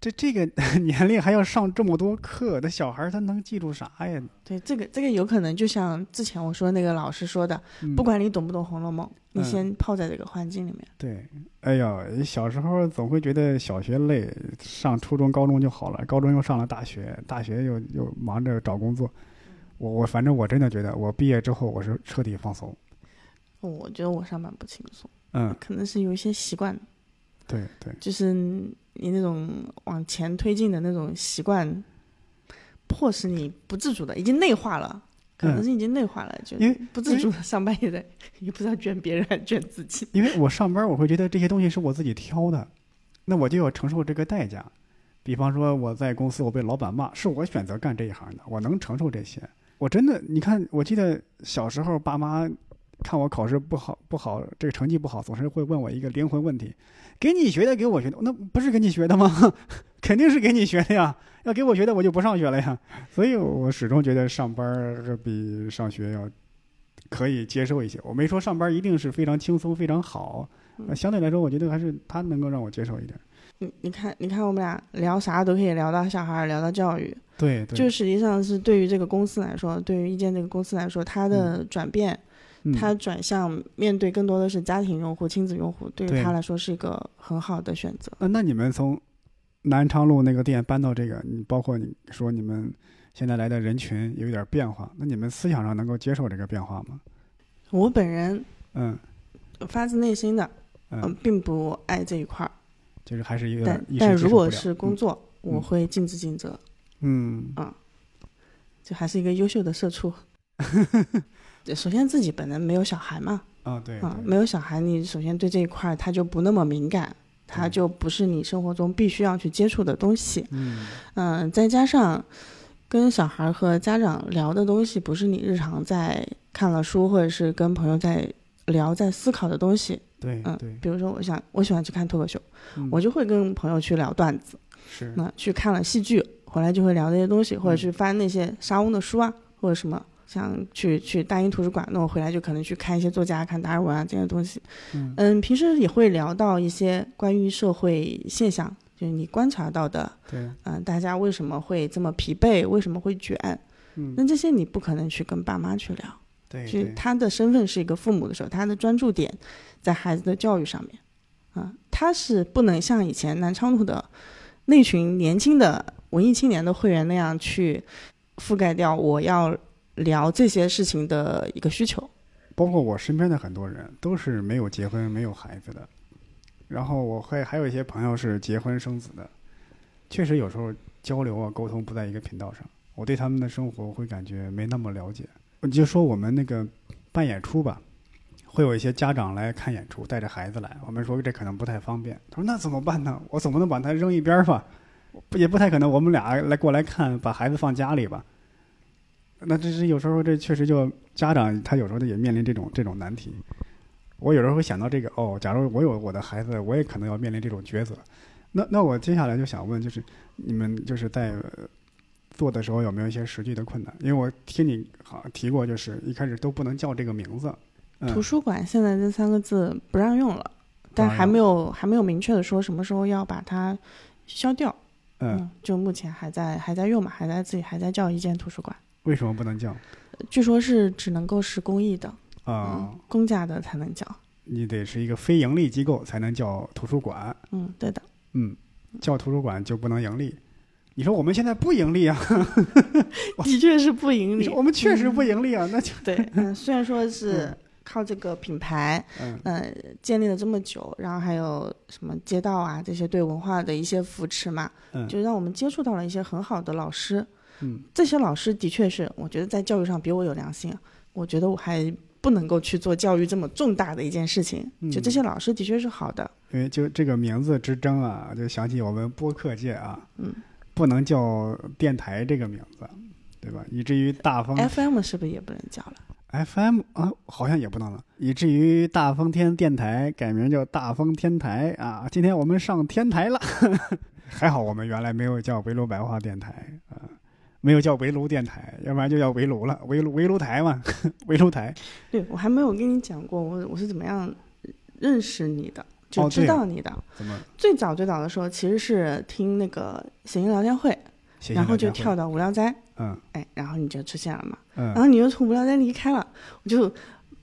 Speaker 1: 这这个 年龄还要上这么多课，那小孩儿他能记住啥呀？
Speaker 2: 对，这个这个有可能就像之前我说那个老师说的，
Speaker 1: 嗯
Speaker 2: 不管你懂不懂《红楼梦》，你
Speaker 1: 嗯
Speaker 2: 先泡在这个环境里面。
Speaker 1: 对，哎呦，小时候总会觉得小学累，上初中、高中就好了，高中又上了大学，大学又又忙着找工作。我我反正我真的觉得，我毕业之后我是彻底放松。
Speaker 2: 我觉得我上班不轻松，
Speaker 1: 嗯，
Speaker 2: 可能是有一些习惯，
Speaker 1: 对对，
Speaker 2: 就是你那种往前推进的那种习惯，迫使你不自主的已经内化了，可能是已经内化了，就
Speaker 1: 嗯因为
Speaker 2: 不自主的上班也在，也不知道卷别人还是卷自己。
Speaker 1: 因为我上班，我会觉得这些东西是我自己挑的，那我就要承受这个代价。比方说我在公司我被老板骂，是我选择干这一行的，我能承受这些。我真的，你看，我记得小时候爸妈看我考试不好不好，这个成绩不好，总是会问我一个灵魂问题：给你学的，给我学的，那不是给你学的吗？ 肯定是给你学的呀，要给我学的我就不上学了呀。所以我始终觉得上班儿比上学要可以接受一些。我没说上班一定是非常轻松、非常好，
Speaker 2: 嗯
Speaker 1: 那相对来说，我觉得还是他能够让我接受一点。
Speaker 2: 你你看，你看我们俩聊啥都可以聊到小孩儿，聊到教育，
Speaker 1: 对对，
Speaker 2: 就实际上是对于这个公司来说，对于一见这个公司来说，它的转变，
Speaker 1: 嗯
Speaker 2: 它转向面对更多的是家庭用户、亲子用户，对
Speaker 1: 对
Speaker 2: 于他来说是一个很好的选择。
Speaker 1: 那那你们从南昌路那个店搬到这个，你包括你说你们现在来的人群有一点变化，那你们思想上能够接受这个变化吗？
Speaker 2: 我本人
Speaker 1: 嗯，
Speaker 2: 发自内心的，
Speaker 1: 嗯
Speaker 2: 呃并不爱这一块儿。
Speaker 1: 就是还是有点
Speaker 2: 但
Speaker 1: 意识
Speaker 2: 但
Speaker 1: 接受
Speaker 2: 如
Speaker 1: 不
Speaker 2: 果
Speaker 1: 了
Speaker 2: 是工作，
Speaker 1: 嗯
Speaker 2: 我会尽职尽责，
Speaker 1: 嗯
Speaker 2: 就还是一个优秀的 社畜。对首先自己本人没有小孩嘛，
Speaker 1: 啊、对
Speaker 2: 啊，
Speaker 1: 对
Speaker 2: 没有小孩，你首先对这一块儿他就不那么敏感，他
Speaker 1: 对
Speaker 2: 就不是你生活中必须要去接触的东西。
Speaker 1: 嗯
Speaker 2: 嗯，再加上跟小孩儿和家长聊的东西，不是你日常在看了书或者是跟朋友在聊、在思考的东西。
Speaker 1: 对
Speaker 2: 嗯
Speaker 1: 对，
Speaker 2: 比如说，我想我喜欢去看脱口秀，
Speaker 1: 嗯
Speaker 2: 我就会跟朋友去聊段子。
Speaker 1: 是
Speaker 2: 那去看了戏剧，回来就会聊这些东西，或者
Speaker 1: 嗯
Speaker 2: 去翻那些沙翁的书啊，或者什么。像去去大英图书馆，那我回来就可能去看一些作家，看达尔文啊这些东西。
Speaker 1: 嗯
Speaker 2: 平时也会聊到一些关于社会现象，就是你观察到的，
Speaker 1: 对
Speaker 2: 嗯、大家为什么会这么疲惫，为什么会卷？
Speaker 1: 嗯
Speaker 2: 那这些你不可能去跟爸妈去聊，
Speaker 1: 对
Speaker 2: 就是
Speaker 1: 对
Speaker 2: 他的身份是一个父母的时候，他的专注点在孩子的教育上面，啊、他是不能像以前南昌路的那群年轻的文艺青年的会员那样去覆盖掉我要聊这些事情的一个需求。
Speaker 1: 包括我身边的很多人都是没有结婚、没有孩子的，然后我会还有一些朋友是结婚生子的，确实有时候交流啊、沟通不在一个频道上，我对他们的生活会感觉没那么了解。你就说我们那个办演出吧，会有一些家长来看演出，带着孩子来，我们说这可能不太方便，他说那怎么办呢？我总不能把他扔一边儿吧，不也不太可能，我们俩来过来看，把孩子放家里吧。那这是有时候这确实就家长他有时候也面临这种这种难题。我有时候会想到这个哦，假如我有我的孩子，我也可能要面临这种抉择。那那我接下来就想问，就是你们就是在、呃做的时候有没有一些实际的困难？因为我听你好像提过，就是一开始都不能叫这个名字。嗯
Speaker 2: 图书馆现在这三个字不让用了，但还没有还没有明确的说什么时候要把它消掉。
Speaker 1: 嗯，，
Speaker 2: 就目前还在还在用嘛，还在自己还在叫一间图书馆。
Speaker 1: 为什么不能叫
Speaker 2: 据说是只能够是公益的，
Speaker 1: 啊、
Speaker 2: 嗯，公家的才能叫。
Speaker 1: 你得是一个非盈利机构才能叫图书馆。
Speaker 2: 嗯，对的。
Speaker 1: 嗯，叫图书馆就不能盈利。你说我们现在不盈利啊？
Speaker 2: 的确是不盈
Speaker 1: 你
Speaker 2: 利
Speaker 1: 说。 我们确实不盈利啊？那就
Speaker 2: 对，嗯，虽然说是靠这个品牌，
Speaker 1: 嗯
Speaker 2: 呃，建立了这么久，然后还有什么街道啊这些对文化的一些扶持嘛，
Speaker 1: 嗯
Speaker 2: 就让我们接触到了一些很好的老师。
Speaker 1: 嗯，
Speaker 2: 这些老师的确是，我觉得在教育上比我有良心啊。我觉得我还不能够去做教育这么重大的一件事情。就
Speaker 1: 嗯
Speaker 2: 这些老师的确是好的，
Speaker 1: 因为就这个名字之争啊，就想起我们播客界啊，
Speaker 2: 嗯，
Speaker 1: 不能叫电台这个名字，对吧？以至于大方
Speaker 2: FM 是不是也不能叫了？
Speaker 1: FM 啊，好像也不能了，以至于大风天电台改名叫大风天台啊。今天我们上天台了， 还好我们原来没有叫围炉白话电台啊，没有叫围炉电台，要不然就叫围炉了，围炉围炉台嘛， 围炉台。
Speaker 2: 对我还没有跟你讲过，我我是怎么样认识你的，就
Speaker 1: 哦
Speaker 2: 知
Speaker 1: 对
Speaker 2: 道你的。
Speaker 1: 怎么
Speaker 2: 最早最早的时候，其实是听那个闲聊天会，
Speaker 1: 写信
Speaker 2: 然后
Speaker 1: 聊
Speaker 2: 就
Speaker 1: 天会
Speaker 2: 跳啊到无聊斋，
Speaker 1: 嗯
Speaker 2: 哎，然后你就出现了嘛，然
Speaker 1: 嗯，
Speaker 2: 后你又从无聊斋离开了，我就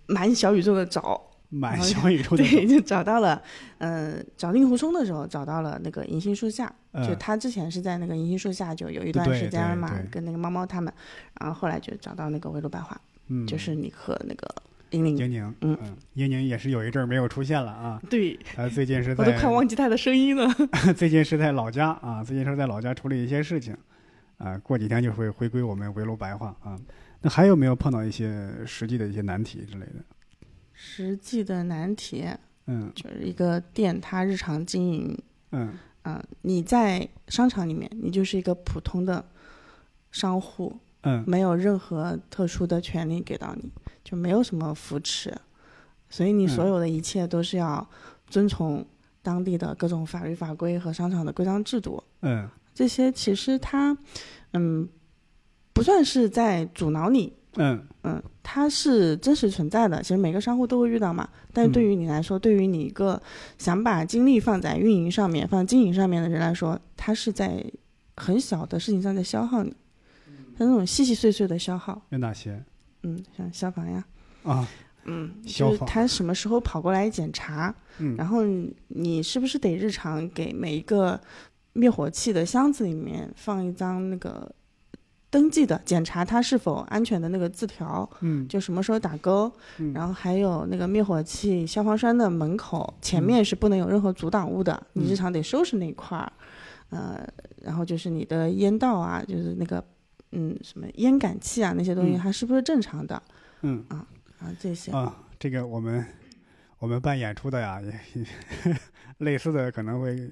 Speaker 2: 满小宇宙的找，
Speaker 1: 满小宇宙的
Speaker 2: 对，就找到了，呃，找令狐冲的时候找到了那个银杏树下，
Speaker 1: 嗯
Speaker 2: 就他之前是在那个银杏树下就有一段
Speaker 1: 对
Speaker 2: 时间了
Speaker 1: 对
Speaker 2: 嘛
Speaker 1: 对，
Speaker 2: 跟那个猫猫他们，然后后来就找到那个围炉白话，
Speaker 1: 嗯，
Speaker 2: 就是你和那个银铃，
Speaker 1: 英宁，
Speaker 2: 嗯
Speaker 1: 嗯，英宁也是有一阵儿没有出现了啊，
Speaker 2: 对
Speaker 1: 她最近是
Speaker 2: 我都
Speaker 1: 在
Speaker 2: 快忘记他的声音了，
Speaker 1: 最近是在老家啊，最近是在老家处理一些事情，啊，过几天就会回归我们围炉白话啊。那还有没有碰到一些实际的一些难题之类的？
Speaker 2: 实际的难题
Speaker 1: 嗯
Speaker 2: 就是一个店它日常经营
Speaker 1: 嗯
Speaker 2: 啊、你在商场里面，你就是一个普通的商户，
Speaker 1: 嗯
Speaker 2: 没有任何特殊的权利给到你，就没有什么扶持，所以你所有的一切都是要遵从当地的各种法律法规和商场的规章制度。
Speaker 1: 嗯
Speaker 2: 这些其实它，嗯，不算是在阻挠你，
Speaker 1: 嗯
Speaker 2: 嗯，它是真实存在的。其实每个商户都会遇到嘛，但是对
Speaker 1: 嗯
Speaker 2: 于你来说，对于你一个想把精力放在运营上面、放经营上面的人来说，它是在很小的事情上在消耗你，
Speaker 1: 嗯
Speaker 2: 它那种细细碎碎的消耗，
Speaker 1: 有哪些
Speaker 2: 嗯，像消防呀，
Speaker 1: 啊？
Speaker 2: 嗯，
Speaker 1: 消
Speaker 2: 就是
Speaker 1: 防
Speaker 2: 他什么时候跑过来检查，
Speaker 1: 嗯
Speaker 2: 然后你你是不是得日常给每一个灭火器的箱子里面放一张那个登记的检查它是否安全的那个字条，
Speaker 1: 嗯
Speaker 2: 就什么时候打勾，
Speaker 1: 嗯
Speaker 2: 然后还有那个灭火器消防栓的门口前面是不能有任何阻挡物的，
Speaker 1: 嗯
Speaker 2: 你日常得收拾那一块儿，呃，然后就是你的烟道啊，就是那个嗯什么烟感器啊那些东西，
Speaker 1: 嗯
Speaker 2: 它是不是正常的
Speaker 1: 嗯
Speaker 2: 啊？这些
Speaker 1: 啊，这个我们我们办演出的呀， 也类似的可能会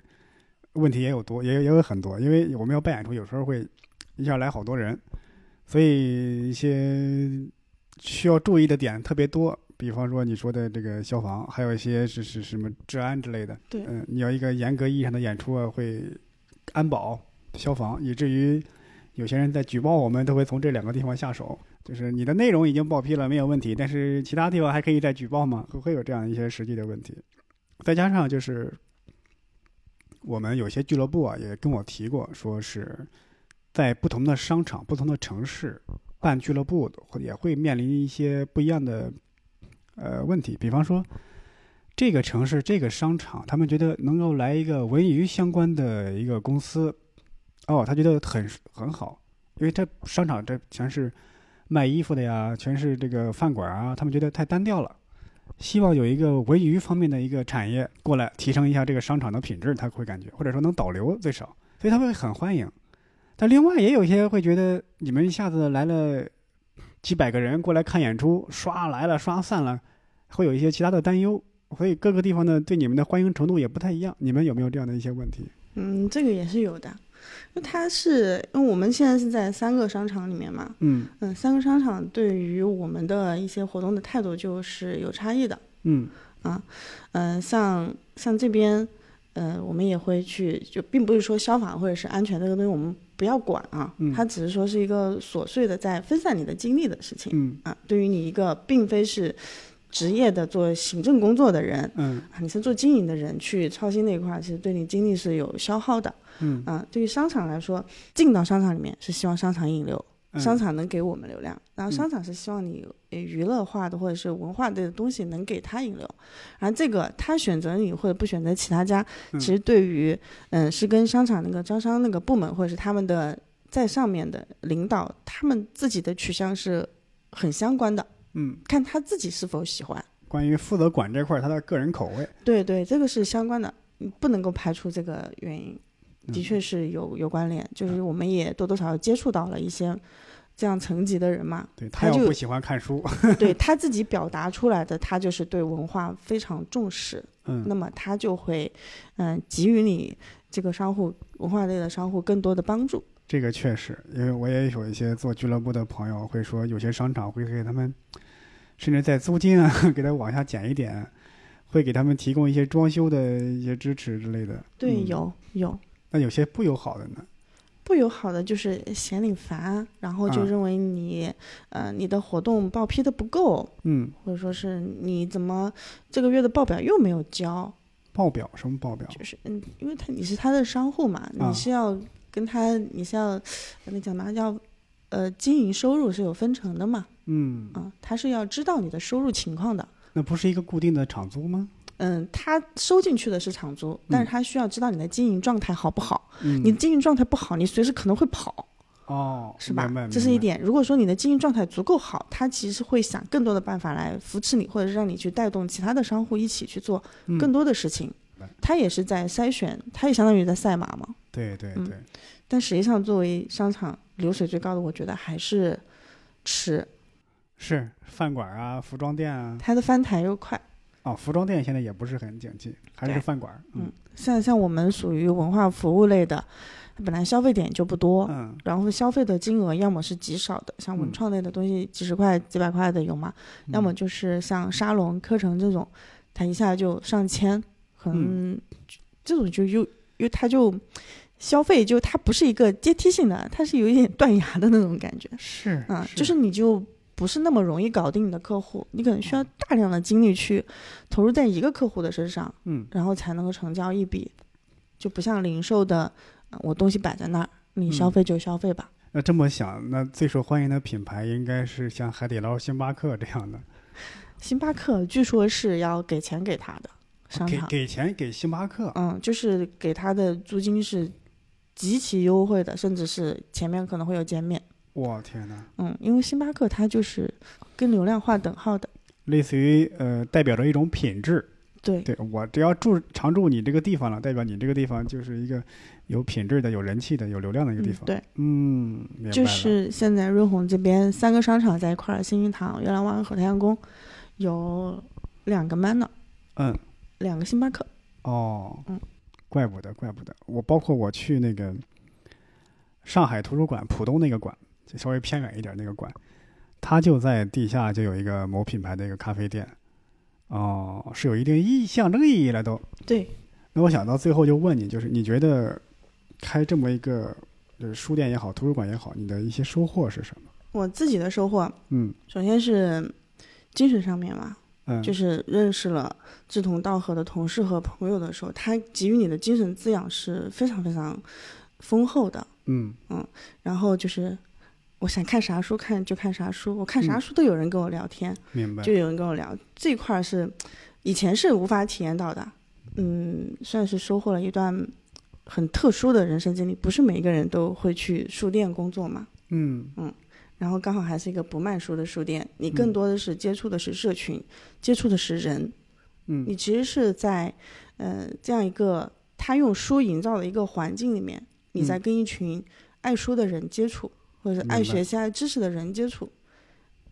Speaker 1: 问题也有多，也有也有很多，因为我们要办演出，有时候会一下来好多人，所以一些需要注意的点特别多。比方说你说的这个消防，还有一些是是什么治安之类的。
Speaker 2: 对
Speaker 1: 嗯、你要一个严格意义上的演出啊，会安保、消防，以至于有些人在举报我们都会从这两个地方下手。就是你的内容已经报批了，没有问题，但是其他地方还可以再举报吗？会会有这样一些实际的问题。再加上就是我们有些俱乐部啊，也跟我提过，说是在不同的商场、不同的城市办俱乐部，也会面临一些不一样的呃问题。比方说，这个城市、这个商场，他们觉得能够来一个文娱相关的一个公司，哦，他觉得很很好，因为这商场这全是卖衣服的呀，全是这个饭馆啊，他们觉得太单调了。希望有一个文娱方面的一个产业过来，提升一下这个商场的品质，他会感觉，或者说能导流最少，所以他们会很欢迎。但另外也有一些会觉得，你们一下子来了几百个人过来看演出，刷来了刷散了，会有一些其他的担忧，所以各个地方呢对你们的欢迎程度也不太一样。你们有没有这样的一些问题？
Speaker 2: 嗯，这个也是有的。那它是因为我们现在是在三个商场里面嘛，
Speaker 1: 嗯
Speaker 2: 嗯，三个商场对于我们的一些活动的态度就是有差异的。
Speaker 1: 嗯
Speaker 2: 嗯、像像这边，呃，我们也会去，就并不是说消防或者是安全这个东西我们不要管啊，
Speaker 1: 嗯
Speaker 2: 它只是说是一个琐碎的在分散你的精力的事情、
Speaker 1: 嗯
Speaker 2: 啊。对于你一个并非是职业的做行政工作的人
Speaker 1: 嗯
Speaker 2: 啊，你是做经营的人去操心那一块儿，其实对你精力是有消耗的。
Speaker 1: 嗯
Speaker 2: 啊，对于商场来说，进到商场里面是希望商场引流，
Speaker 1: 嗯，
Speaker 2: 商场能给我们流量，然后商场是希望你呃娱乐化的或者是文化的东西能给他引流，然后这个他选择你或者不选择其他家，
Speaker 1: 嗯
Speaker 2: 其实对于嗯、是跟商场那个招商那个部门或者是他们的在上面的领导，他们自己的取向是很相关的，
Speaker 1: 嗯，
Speaker 2: 看他自己是否喜欢。
Speaker 1: 关于负责管这块儿他的个人口味，
Speaker 2: 对对，这个是相关的，嗯不能够排除这个原因，
Speaker 1: 嗯
Speaker 2: 的确是有有关联。就是我们也多多少少接触到了一些这样层级的人嘛，
Speaker 1: 对他
Speaker 2: 他
Speaker 1: 要
Speaker 2: 就
Speaker 1: 不喜欢看书，
Speaker 2: 对他自己表达出来的，他就是对文化非常重视，
Speaker 1: 嗯
Speaker 2: 那么他就会嗯、给予你这个商户文化类的商户更多的帮助。
Speaker 1: 这个确实，因为我也有一些做俱乐部的朋友会说，有些商场会给他们甚至在租金啊 给它往下减一点，会给他们提供一些装修的一些支持之类的。
Speaker 2: 对，
Speaker 1: 嗯
Speaker 2: 有有
Speaker 1: 那有些不友好的呢？
Speaker 2: 不友好的就是嫌你烦，然后就
Speaker 1: 嗯
Speaker 2: 认为你、呃你的活动报批的不够，
Speaker 1: 嗯，
Speaker 2: 或者说是你怎么这个月的报表又没有交，
Speaker 1: 报表什么报表？
Speaker 2: 就是嗯，因为他你是他的商户嘛，
Speaker 1: 啊
Speaker 2: 你是要跟他你是要那叫什么要呃经营收入是有分成的嘛，
Speaker 1: 嗯，
Speaker 2: 啊、他是要知道你的收入情况的。
Speaker 1: 那不是一个固定的场租吗？
Speaker 2: 嗯，他收进去的是场租，
Speaker 1: 嗯
Speaker 2: 但是他需要知道你的经营状态好不好。
Speaker 1: 嗯，
Speaker 2: 你经营状态不好，你随时可能会跑，
Speaker 1: 哦，
Speaker 2: 是吧
Speaker 1: 明白？
Speaker 2: 这是一。
Speaker 1: 明白
Speaker 2: 点。如果说你的经营状态足够好，他其实会想更多的办法来扶持你，或者是让你去带动其他的商户一起去做
Speaker 1: 嗯
Speaker 2: 更多的事情。
Speaker 1: 白
Speaker 2: 他也是在筛选，他也相当于在赛马嘛。
Speaker 1: 对对
Speaker 2: 嗯
Speaker 1: 对，
Speaker 2: 但实际上，作为商场流水最高的，我觉得还是吃。
Speaker 1: 是饭馆啊，服装店啊，
Speaker 2: 它的翻台又快。
Speaker 1: 哦，服装店现在也不是很景气，还是
Speaker 2: 对
Speaker 1: 饭馆儿。嗯
Speaker 2: 像像我们属于文化服务类的，本来消费点就不多，
Speaker 1: 嗯
Speaker 2: 然后消费的金额要么是极少的，像文
Speaker 1: 嗯
Speaker 2: 创类的东西几十块、几百块的有嘛，要么就是像沙龙、课程这种，它一下就上千，可
Speaker 1: 嗯
Speaker 2: 能这种就又又它就消费就它不是一个阶梯性的，它是有一点 断崖的那种感觉，
Speaker 1: 是
Speaker 2: 啊，就是你就不是那么容易搞定你的客户，你可能
Speaker 1: 哦
Speaker 2: 需要大量的精力去投入在一个客户的身上，
Speaker 1: 嗯
Speaker 2: 然后才能够成交一笔，就不像零售的，呃我东西摆在那儿，你消
Speaker 1: 嗯
Speaker 2: 费就消费吧。
Speaker 1: 那这么想，那最受欢迎的品牌应该是像海底捞、星巴克这样的。
Speaker 2: 星巴克据说是要给钱给他的商
Speaker 1: 哦给
Speaker 2: 场，
Speaker 1: 给钱给星巴克，
Speaker 2: 嗯，就是给他的租金是极其优惠的，甚至是前面可能会有减免。
Speaker 1: 我天哪！
Speaker 2: 嗯，因为星巴克它就是跟流量划等号的，
Speaker 1: 类似于呃，代表着一种品质。
Speaker 2: 对，
Speaker 1: 对我只要住常住你这个地方了，代表你这个地方就是一个有品质的、有人气的、有流量的一个地
Speaker 2: 嗯
Speaker 1: 方。，
Speaker 2: 对。
Speaker 1: 嗯，明白了。
Speaker 2: 就是现在瑞虹这边三个商场在一块儿，新运堂、月兰湾和太阳宫，有两个 Manner，
Speaker 1: 嗯，
Speaker 2: 两个星巴克。
Speaker 1: 哦，
Speaker 2: 嗯
Speaker 1: 怪不得，怪不得。我包括我去那个上海图书馆浦东那个馆，就稍微偏远一点那个馆，它就在地下就有一个某品牌的一个咖啡店，哦，是有一定意义象征意义了都。
Speaker 2: 对，
Speaker 1: 那我想到最后就问你，就是你觉得开这么一个就是书店也好，图书馆也好，你的一些收获是什么？
Speaker 2: 我自己的收获，
Speaker 1: 嗯
Speaker 2: 首先是精神上面嘛，
Speaker 1: 嗯，
Speaker 2: 就是认识了志同道合的同事和朋友的时候，他给予你的精神滋养是非常非常丰厚的。
Speaker 1: 嗯
Speaker 2: 然后就是我想看啥书看就看啥书，我看啥
Speaker 1: 嗯
Speaker 2: 书都有人跟我聊天，
Speaker 1: 明白
Speaker 2: 就。有人跟我聊这块儿是以前是无法体验到的，嗯，算是收获了一段很特殊的人生经历。不是每一个人都会去书店工作嘛，
Speaker 1: 嗯
Speaker 2: 然后刚好还是一个不卖书的书店，你更
Speaker 1: 嗯
Speaker 2: 多的是接触的是社群，接触的是人，
Speaker 1: 嗯
Speaker 2: 你其实是在呃这样一个他用书营造的一个环境里面，你
Speaker 1: 嗯
Speaker 2: 在跟一群爱书的人接触，或者是爱
Speaker 1: 明白
Speaker 2: 学习、爱知识的人接触，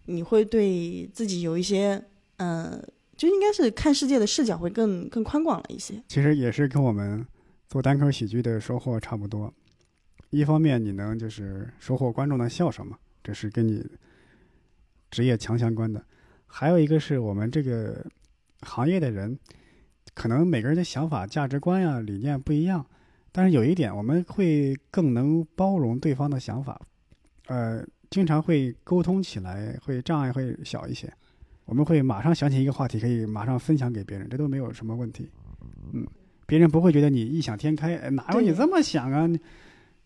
Speaker 2: 你会对自己有一些呃，就应该是看世界的视角会更更宽广了一些。
Speaker 1: 其实也是跟我们做单口喜剧的收获差不多。一方面，你能就是收获观众的笑声嘛，这是跟你职业强相关的；还有一个是我们这个行业的人，可能每个人的想法、价值观呀、理念不一样，但是有一点，我们会更能包容对方的想法，呃，经常会沟通起来，会障碍会小一些。我们会马上想起一个话题，可以马上分享给别人，这都没有什么问题。嗯别人不会觉得你异想天开，哎哪有你
Speaker 2: 对
Speaker 1: 这么想啊？你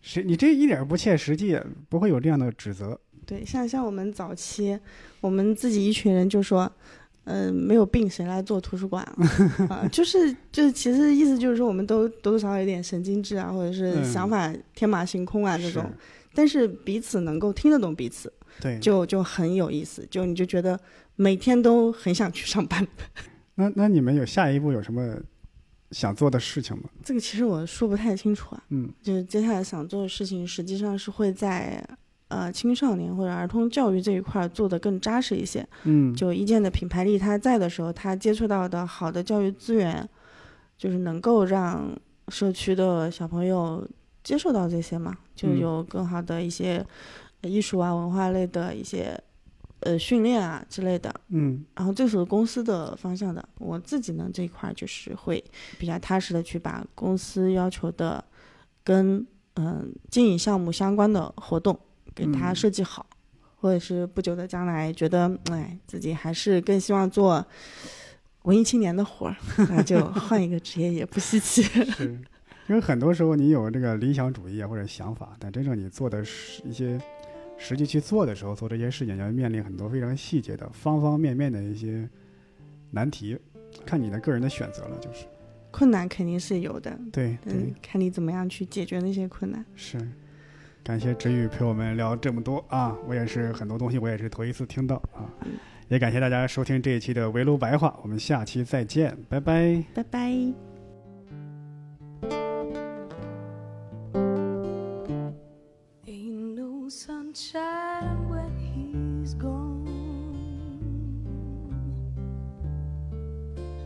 Speaker 1: 谁你这一点儿不切实际，不会有这样的指责。
Speaker 2: 对，像像我们早期，我们自己一群人就说。嗯、没有病谁来做图书馆啊？ 啊就是就是，其实意思就是说，我们都多多少少有点神经质啊，或者是
Speaker 1: 嗯
Speaker 2: 想法天马行空啊这
Speaker 1: 是
Speaker 2: 种。但是彼此能够听得懂彼此，
Speaker 1: 对，
Speaker 2: 就就很有意思，就你就觉得每天都很想去上班。
Speaker 1: 那那你们有下一步有什么想做的事情吗？
Speaker 2: 这个其实我说不太清楚啊，
Speaker 1: 嗯
Speaker 2: 就是接下来想做的事情，实际上是会在呃青少年或者儿童教育这一块儿做得更扎实一些。
Speaker 1: 嗯，
Speaker 2: 就一建的品牌力它在的时候，它接触到的好的教育资源，就是能够让社区的小朋友接受到这些嘛，就
Speaker 1: 嗯
Speaker 2: 有更好的一些呃艺术啊、文化类的一些呃训练啊之类的。
Speaker 1: 嗯
Speaker 2: 然后这是公司的方向的，我自己呢这一块儿就是会比较踏实的去把公司要求的跟嗯、经营项目相关的活动给它
Speaker 1: 嗯
Speaker 2: 设计好，或者是不久的将来觉得哎自己还是更希望做文艺青年的活儿， 那就换一个职业也不稀奇。
Speaker 1: 是，因为很多时候你有这个理想主义啊或者想法，但真正你做的是一些实际去做的时候，做这些事情要面临很多非常细节的方方面面的一些难题，看你的个人的选择了，就是
Speaker 2: 困难肯定是有的，
Speaker 1: 对对、
Speaker 2: 嗯，看你怎么样去解决那些困难。
Speaker 1: 是。感谢知宇陪我们聊这么多啊！我也是很多东西，我也是头一次听到啊
Speaker 2: 嗯！
Speaker 1: 也感谢大家收听这一期的围炉白话，我们下期再见，拜拜。
Speaker 2: 拜拜。
Speaker 3: Ain't no sunshine when he's gone.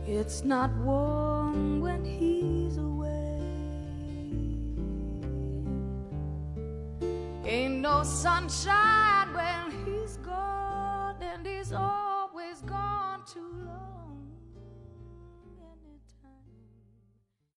Speaker 3: It's not warm when he's away. Ain't no sunshine